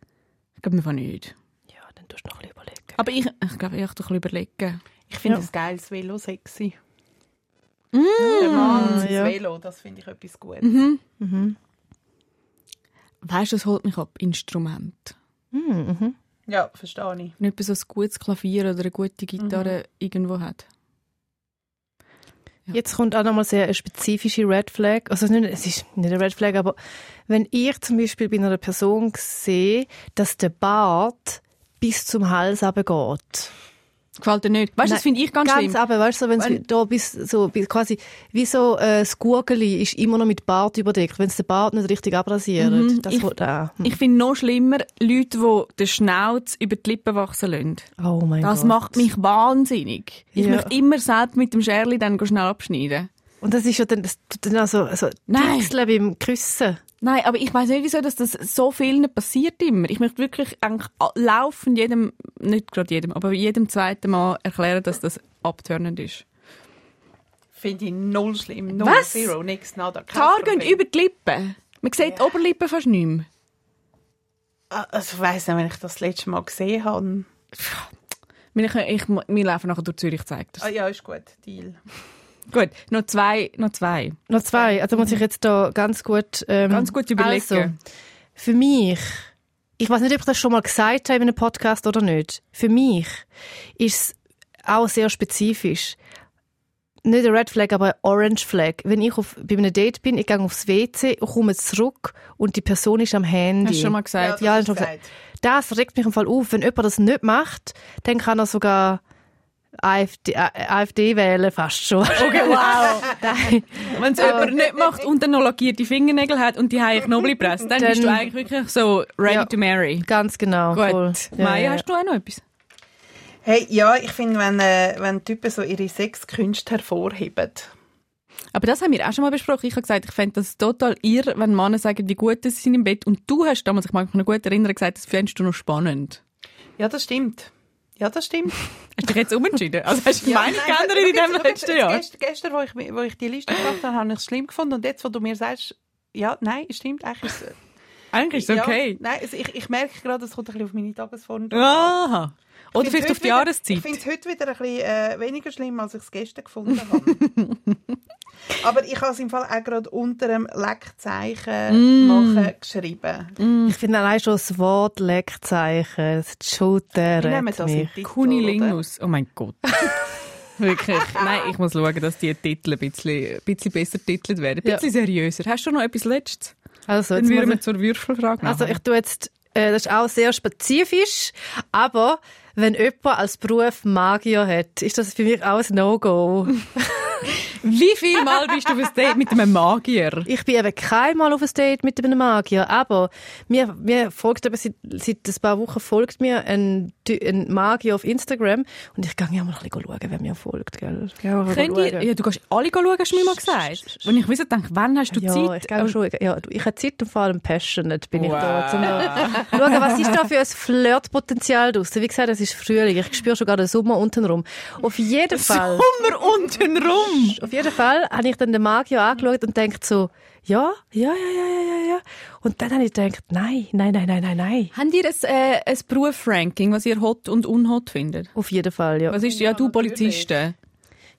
[SPEAKER 1] Ich glaube, wir von nicht.
[SPEAKER 3] ja, dann tust du noch ein bisschen überlegen.
[SPEAKER 1] Aber ich, ich glaube, ich habe ein bisschen überlegen.
[SPEAKER 2] Ich finde
[SPEAKER 3] Ja.
[SPEAKER 2] das geiles Velo sexy. Mm. Der Mann, das
[SPEAKER 3] ja.
[SPEAKER 2] Velo, das finde ich etwas gut.
[SPEAKER 1] Mhm.
[SPEAKER 3] Mhm.
[SPEAKER 1] Weißt du, das holt mich ab, Instrument.
[SPEAKER 3] Mhm,
[SPEAKER 2] Ja, verstehe ich.
[SPEAKER 1] Wenn jemand so ein gutes Klavier oder eine gute Gitarre irgendwo hat. Ja.
[SPEAKER 3] Jetzt kommt auch nochmal sehr eine spezifische Red Flag. Also es ist nicht- es ist nicht eine Red Flag, aber wenn ich zum Beispiel bei einer Person sehe, dass der Bart bis zum Hals runtergeht.
[SPEAKER 1] Gefällt dir nicht? Weißt du, das
[SPEAKER 3] Nein,
[SPEAKER 1] finde ich ganz, schlimm.
[SPEAKER 3] Ganz runter, weißt du, so, wenn's
[SPEAKER 1] Wenn-
[SPEAKER 3] da bis so, bis quasi, wie so, äh, das Gurgeli ist immer noch mit Bart überdeckt, wenn es den Bart nicht richtig abrasiert.
[SPEAKER 1] Mhm,
[SPEAKER 3] das
[SPEAKER 1] ich-
[SPEAKER 3] wird auch.
[SPEAKER 1] Ich finde noch schlimmer Leute, die den Schnauz über die Lippen wachsen lassen.
[SPEAKER 3] Oh mein
[SPEAKER 1] Das
[SPEAKER 3] Gott.
[SPEAKER 1] macht mich wahnsinnig. Ich
[SPEAKER 3] Ja.
[SPEAKER 1] möchte immer selbst mit dem Scherli dann schnell abschneiden.
[SPEAKER 3] Und das ist ja dann, das tut dann auch so, so,
[SPEAKER 1] Nein.
[SPEAKER 3] Pixeln beim Küssen.
[SPEAKER 1] Nein, aber ich weiß nicht, wieso dass das so vielen passiert immer. Ich möchte wirklich eigentlich a- laufend jedem, nicht gerade jedem, aber jedem zweiten Mal erklären, dass das abtörnend ist.
[SPEAKER 2] Finde ich null schlimm. Null,
[SPEAKER 1] Was?
[SPEAKER 2] zero, nix, nada.
[SPEAKER 1] Die
[SPEAKER 2] kein
[SPEAKER 1] Haare gehen
[SPEAKER 2] Problem.
[SPEAKER 1] über die Lippen. Man sieht die Oberlippen fast nicht mehr.
[SPEAKER 2] Ah, Also, ich weiss nicht, wenn ich das, das letzte Mal gesehen habe.
[SPEAKER 1] Wir, können- ich, wir laufen nachher durch Zürich, zeigt das.
[SPEAKER 2] Ah ja, ist gut. Deal.
[SPEAKER 1] Gut, noch zwei, noch zwei.
[SPEAKER 3] Noch zwei. Also muss ich jetzt da ganz gut, ähm,
[SPEAKER 1] Mhm. Ganz gut überlegen.
[SPEAKER 3] Also, für mich, ich weiß nicht, ob ich das schon mal gesagt habe in einem Podcast oder nicht. Für mich ist es auch sehr spezifisch. Nicht eine Red Flag, aber eine Orange Flag. Wenn ich auf, bei einem Date bin, ich gehe aufs WC und komme zurück und die Person ist am Handy.
[SPEAKER 1] Hast du schon mal gesagt?
[SPEAKER 3] Ja,
[SPEAKER 2] das
[SPEAKER 3] schon
[SPEAKER 2] ist
[SPEAKER 3] gesagt. Das regt mich im Fall auf. Wenn jemand das nicht macht, dann kann er sogar AfD, äh, AfD wählen, fast schon. Okay, *laughs* wow.
[SPEAKER 1] Wenn
[SPEAKER 2] Ah.
[SPEAKER 1] es jemand nicht macht und dann noch lackierte Fingernägel hat und die heilige Knoblauchpresse, dann,
[SPEAKER 3] Dann-
[SPEAKER 1] bist du eigentlich wirklich so ready
[SPEAKER 3] Ja.
[SPEAKER 1] to marry.
[SPEAKER 3] Ganz genau. voll.
[SPEAKER 1] Gut.
[SPEAKER 3] Ja,
[SPEAKER 1] Maya,
[SPEAKER 3] ja,
[SPEAKER 1] hast du auch noch etwas?
[SPEAKER 2] Hey, ja, ich finde, wenn, äh, wenn Typen so ihre Sexkünste hervorheben.
[SPEAKER 1] Aber das haben wir auch schon mal besprochen. Ich habe gesagt, ich fände das total irr, wenn Männer sagen, wie gut sie sind im Bett. Und du hast damals, ich mag mich noch gut erinnern, gesagt, das fändest du noch spannend.
[SPEAKER 2] Ja, das stimmt. Ja, das *laughs* stimmt.
[SPEAKER 1] Hast du dich jetzt umentschieden? Also hast du meine
[SPEAKER 2] Nein,
[SPEAKER 1] geändert in dem
[SPEAKER 2] schau jetzt, schau jetzt,
[SPEAKER 1] letzten Jahr?
[SPEAKER 2] Gestern, gestern wo, ich, mi- wo ich die Liste gemacht habe, habe ich es schlimm gefunden. Und jetzt, wo du mir sagst, ja, nein, es stimmt, eigentlich ist es
[SPEAKER 1] Eigentlich ist es
[SPEAKER 2] Ja,
[SPEAKER 1] okay.
[SPEAKER 2] nein, also ich, ich merke gerade, es kommt ein bisschen auf meine Tagesform.
[SPEAKER 1] Aha. Oder
[SPEAKER 2] Ich find's
[SPEAKER 1] vielleicht
[SPEAKER 2] heute
[SPEAKER 1] auf die
[SPEAKER 2] wieder-
[SPEAKER 1] Jahreszeit.
[SPEAKER 2] Ich finde es heute wieder ein bisschen äh, weniger schlimm, als ich es gestern gefunden habe. Aber ich habe es im Fall auch gerade unter dem Leckzeichen machen geschrieben.
[SPEAKER 3] Hm, Ich finde allein schon das Wort Leckzeichen, das Shooter.
[SPEAKER 2] Wir nehmen das in
[SPEAKER 3] mich.
[SPEAKER 2] Titel, oder?
[SPEAKER 1] Kunilingus. Oh mein *laughs* Gott. Wirklich. Nein, ich muss schauen, dass die Titel ein bisschen, ein bisschen besser titelt werden. Ein
[SPEAKER 3] Ja.
[SPEAKER 1] bisschen seriöser. Hast du noch etwas Letztes?
[SPEAKER 3] Also,
[SPEAKER 1] Dann
[SPEAKER 3] jetzt
[SPEAKER 1] würden
[SPEAKER 3] muss
[SPEAKER 1] wir
[SPEAKER 3] ich,
[SPEAKER 1] zur Würfelfrage machen.
[SPEAKER 3] also ich tue jetzt, äh, das ist auch sehr spezifisch, aber wenn jemand als Beruf Magier hat, ist das für mich auch ein *laughs* No-Go.
[SPEAKER 1] Wie viel Mal bist du auf ein Date mit einem Magier?
[SPEAKER 3] Ich bin eben keinmal auf ein Date mit einem Magier, aber mir, mir folgt eben seit, seit ein paar Wochen folgt mir ein, Ty- ein Magier auf Instagram und ich gehe ja mal ein bisschen schauen, wer mir folgt, gell? Ja,
[SPEAKER 1] Könnt ihr, ja, du kannst alle schauen, hast du mir mal gesagt. Und ich wisse, denke, wann hast du
[SPEAKER 3] ja,
[SPEAKER 1] Zeit? Oh.
[SPEAKER 3] Ich glaube schon. Ja, du, ich habe Zeit und vor allem passionate bin ich da.
[SPEAKER 1] Wow.
[SPEAKER 3] Zum schauen, was ist da für ein Flirtpotenzial draussen. Wie gesagt, es ist Frühling. Ich spüre schon gerade den Sommer untenrum. Auf jeden Fall.
[SPEAKER 1] Sommer unten rum.
[SPEAKER 3] Auf jeden Fall habe ich dann den Magier angeschaut und denkt so, ja, ja, ja, ja, ja, ja, ja. Und dann habe ich gedacht, nein, nein, nein, nein, nein, nein.
[SPEAKER 1] Habt ihr ein, äh, ein Berufsranking, was ihr hot und unhot findet?
[SPEAKER 3] Auf jeden Fall, ja.
[SPEAKER 1] Was ist, ja, du Polizisten.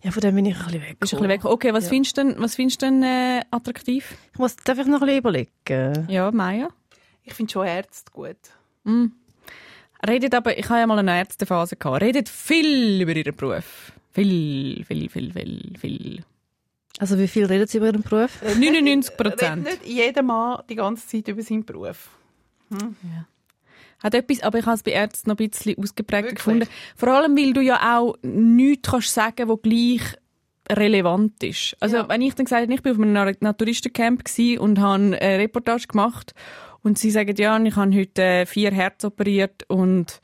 [SPEAKER 3] Ja, von dem bin ich ein bisschen weg.
[SPEAKER 1] Bist ein bisschen weg. Okay, was findest du denn, was findest du denn äh, attraktiv?
[SPEAKER 3] Ich muss, darf ich noch ein bisschen überlegen?
[SPEAKER 1] Ja, Maya.
[SPEAKER 2] Ich finde schon Ärzte gut.
[SPEAKER 1] Redet aber, ich habe ja mal eine Ärztephase gehabt. Redet viel über ihren Beruf. Viel, viel, viel, viel, viel.
[SPEAKER 3] Also wie viel redet sie über ihren Beruf?
[SPEAKER 1] 99
[SPEAKER 2] Redet
[SPEAKER 1] Prozent.
[SPEAKER 2] nicht jeder Mann die ganze Zeit über seinen Beruf.
[SPEAKER 1] Hat etwas, aber ich habe es bei Ärzten noch ein bisschen ausgeprägter
[SPEAKER 2] Wirklich?
[SPEAKER 1] gefunden. Vor allem, weil du ja auch nichts kannst sagen kannst, was gleich relevant ist. Also wenn ich dann gesagt habe, ich bin auf einem Na- Naturistencamp gewesen und habe eine Reportage gemacht und sie sagen, ja, und ich habe heute äh, vier Herz operiert und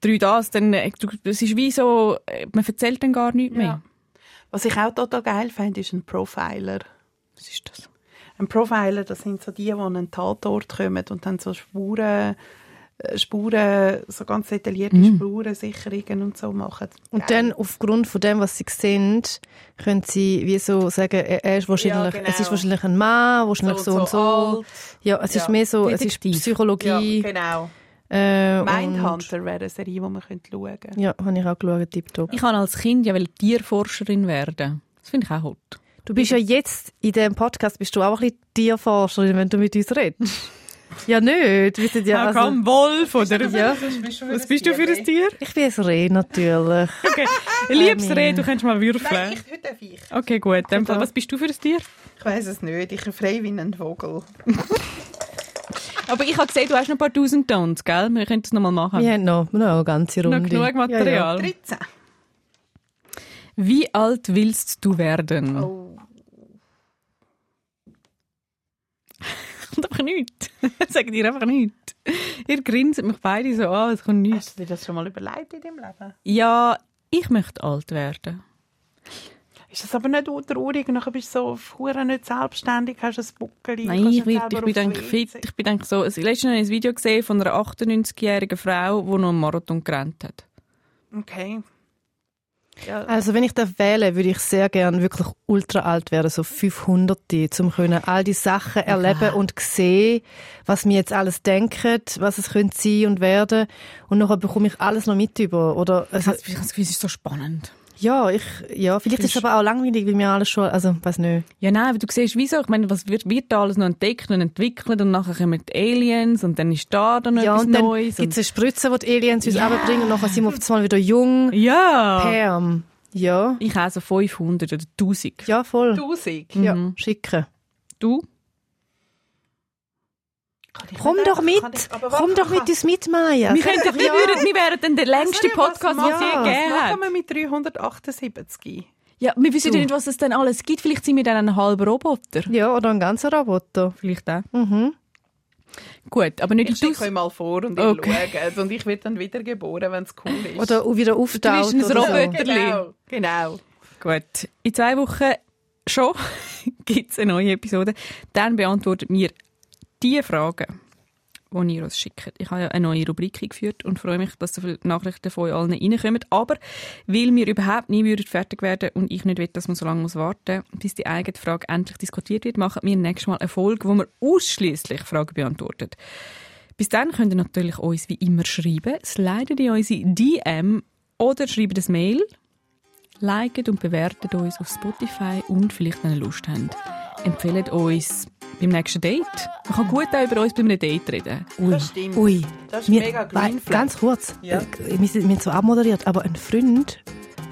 [SPEAKER 1] drei das, dann äh, du- es ist wie so, äh, man erzählt dann gar nichts mehr.
[SPEAKER 2] Was ich auch total geil finde, ist ein Profiler.
[SPEAKER 1] Was ist das?
[SPEAKER 2] Ein Profiler, das sind so die, die an einen Tatort kommen und dann so Spuren, äh, Spuren, so ganz detaillierte Spurensicherungen und so machen.
[SPEAKER 3] Und dann aufgrund von dem, was sie sehen, können sie wie so sagen, er er ist wahrscheinlich,
[SPEAKER 2] Ja, genau.
[SPEAKER 3] es ist wahrscheinlich ein Mann, wahrscheinlich so, und so.
[SPEAKER 2] alt.
[SPEAKER 3] Ja, es
[SPEAKER 2] Ja.
[SPEAKER 3] ist mehr so, es
[SPEAKER 1] Detektiv.
[SPEAKER 3] ist Psychologie.
[SPEAKER 2] Ja, genau.
[SPEAKER 3] äh, und,
[SPEAKER 2] Mindhunter wäre eine Serie, die man könnte schauen könnte.
[SPEAKER 3] Ja, habe ich auch geschaut, tipptopp.
[SPEAKER 1] Ich kann als Kind ja will Tierforscherin werden. Das finde ich auch hot.
[SPEAKER 3] Du bist ja jetzt in diesem Podcast, bist du auch ein bisschen Tierforscherin, wenn du mit uns redest. ja, nicht. Wir sind ja, also,
[SPEAKER 1] Wolf oder
[SPEAKER 3] ja,
[SPEAKER 1] was bist du für ein also, Tier?
[SPEAKER 3] ich bin ein Reh natürlich.
[SPEAKER 1] Okay. Liebes Reh, du kannst mal würfeln.
[SPEAKER 2] heute darf ich.
[SPEAKER 1] Okay, gut. In dem Fall, was bist du für ein Tier?
[SPEAKER 2] Ich weiß es nicht. Ich bin frei wie ein Vogel.
[SPEAKER 1] Aber ich habe gesehen, du hast noch ein paar tausend Tons, gell? Wir können das nochmal machen.
[SPEAKER 3] Wir haben noch, noch eine ganze Runde.
[SPEAKER 1] Noch genug Material.
[SPEAKER 2] 13.
[SPEAKER 1] Wie alt willst du werden?
[SPEAKER 2] Oh.
[SPEAKER 1] *laughs* Kommt einfach nichts. *laughs* Sagt ihr einfach nichts. Ihr grinset mich beide so an, es kommt nichts.
[SPEAKER 2] Hast du dir das schon mal überlegt in deinem Leben?
[SPEAKER 1] Ja, ich möchte alt werden.
[SPEAKER 2] Ist das aber nicht auch traurig? Und Nachher bist du so verdammt nicht selbstständig, hast ein Buckeli.
[SPEAKER 1] Nein, ich, werd, ich bin dann fit. Ich bin dann so. also, Letztens habe ich ein Video gesehen von einer 98-jährigen Frau, die noch einen Marathon gerannt hat.
[SPEAKER 2] Okay. Ja.
[SPEAKER 3] Also wenn ich da wähle, würde ich sehr gern wirklich ultra alt werden, so 500, zum können all die Sachen erleben und sehen, was mir jetzt alles denken, was es könnte sein und werden und nachher bekomme ich alles noch mit über oder also,
[SPEAKER 1] Ich habe das Gefühl, es ist so spannend.
[SPEAKER 3] ja, ich ja, vielleicht ist es aber auch langweilig, weil mir alles schon, also weiß nicht.
[SPEAKER 1] Ja, nein, aber du siehst, wieso? Ich meine, was wird, wird da alles noch entdeckt und entwickelt und nachher kommen die Aliens und dann ist da dann noch
[SPEAKER 3] Ja,
[SPEAKER 1] etwas
[SPEAKER 3] und dann
[SPEAKER 1] Neues.
[SPEAKER 3] gibt es eine Spritze, die die Aliens uns runterbringen und nachher sind wir auf einmal wieder jung.
[SPEAKER 1] ja!
[SPEAKER 3] Pam. Ja.
[SPEAKER 1] Ich habe so 500 oder 1000.
[SPEAKER 3] Ja, voll.
[SPEAKER 2] 1000.
[SPEAKER 3] Ja, schicke.
[SPEAKER 1] Du?
[SPEAKER 2] Kann ich
[SPEAKER 3] Komm
[SPEAKER 2] nicht
[SPEAKER 3] doch
[SPEAKER 2] einfach-
[SPEAKER 3] mit.
[SPEAKER 2] kann ich- aber
[SPEAKER 3] Komm
[SPEAKER 2] was-
[SPEAKER 3] doch mit
[SPEAKER 2] was-
[SPEAKER 3] uns mit, Maya.
[SPEAKER 1] Wir, könnten, wir, würden, wir wären dann der längste
[SPEAKER 2] Sorry,
[SPEAKER 1] Podcast, den
[SPEAKER 2] was
[SPEAKER 1] es je
[SPEAKER 3] machen-
[SPEAKER 1] gegeben
[SPEAKER 2] Was
[SPEAKER 1] hat.
[SPEAKER 2] machen wir mit 378?
[SPEAKER 1] Ja, wir wissen ja nicht, was es denn alles gibt. Vielleicht sind wir dann ein halber Roboter.
[SPEAKER 3] Ja, oder ein ganzer Roboter.
[SPEAKER 1] Vielleicht auch.
[SPEAKER 3] Mhm.
[SPEAKER 1] Gut, aber nicht
[SPEAKER 2] Ich schicke euch
[SPEAKER 1] du.
[SPEAKER 2] mal vor und
[SPEAKER 1] Okay.
[SPEAKER 2] ich schaue. Und ich werde dann wieder geboren, wenn es cool ist.
[SPEAKER 3] Oder auch wieder auftaucht.
[SPEAKER 1] ein
[SPEAKER 3] oder
[SPEAKER 1] Roboter.
[SPEAKER 2] genau. genau.
[SPEAKER 1] Gut, in zwei Wochen schon *laughs* gibt es eine neue Episode. Dann beantwortet mir die Fragen, die ihr uns schickt. Ich habe ja eine neue Rubrik eingeführt und freue mich, dass so viele Nachrichten von euch allen reinkommen. Aber weil wir überhaupt nie würden fertig werden und ich nicht will, dass man so lange muss warten muss, bis die eigene Frage endlich diskutiert wird, machen wir nächstes Mal eine Folge, wo wir ausschließlich Fragen beantwortet. Bis dann könnt ihr natürlich uns wie immer schreiben. Slidet in unsere DM oder schreibt ein Mail. Liket und bewertet uns auf Spotify und vielleicht, wenn ihr Lust habt, empfehlt uns beim nächsten Date. Man kann gut auch über uns bei einem Date reden.
[SPEAKER 3] Ui.
[SPEAKER 2] Das stimmt.
[SPEAKER 3] Ui.
[SPEAKER 2] Das ist
[SPEAKER 3] Wir-
[SPEAKER 2] mega
[SPEAKER 3] wei-
[SPEAKER 2] green
[SPEAKER 3] Ganz kurz.
[SPEAKER 2] Ja.
[SPEAKER 3] Äh, Wir sind wir haben zwar abmoderiert, aber ein Freund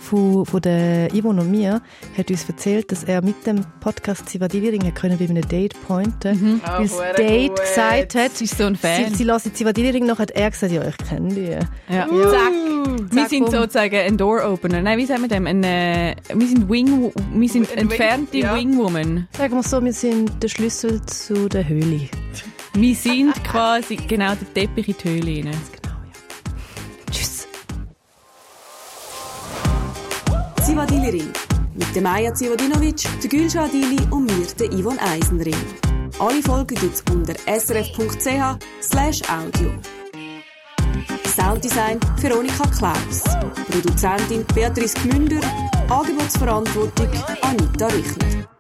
[SPEAKER 3] von, von der Yvonne und mir hat uns erzählt, dass er mit dem Podcast Sivadiviring hat können bei einem Date pointen, weil das
[SPEAKER 2] Ah,
[SPEAKER 3] Date
[SPEAKER 2] verdammt
[SPEAKER 3] gesagt hat,
[SPEAKER 1] Sie ist so ein
[SPEAKER 3] sie,
[SPEAKER 1] Fan.
[SPEAKER 3] sie lassen Sivadiviring noch, hat er gesagt, ja, ich kenne die.
[SPEAKER 1] ja.
[SPEAKER 3] Zack.
[SPEAKER 1] Wir
[SPEAKER 3] Zack, um.
[SPEAKER 1] sind
[SPEAKER 3] bumm.
[SPEAKER 1] sozusagen ein Door-Opener. Nein, wie sagen wir dem? Ein, äh, wir sind, Wing, wir sind
[SPEAKER 2] Ein Wing-
[SPEAKER 1] entfernte
[SPEAKER 2] ja.
[SPEAKER 1] Wingwoman.
[SPEAKER 3] Sagen wir so, wir sind der Schlüssel zu der Höhle.
[SPEAKER 1] Wir sind quasi genau der Teppich in die Höhle. Rein.
[SPEAKER 3] Genau, ja. Tschüss.
[SPEAKER 4] Zivadili-Ring. Mit der Maja Zivadinovic, der Gülşah Adili und mir, der Yvonne Eisenring. Alle Folgen gibt's unter srf.ch slash audio. Sounddesign Veronika Klaus. Produzentin Beatrice Gmünder. Angebotsverantwortung Anita Richner.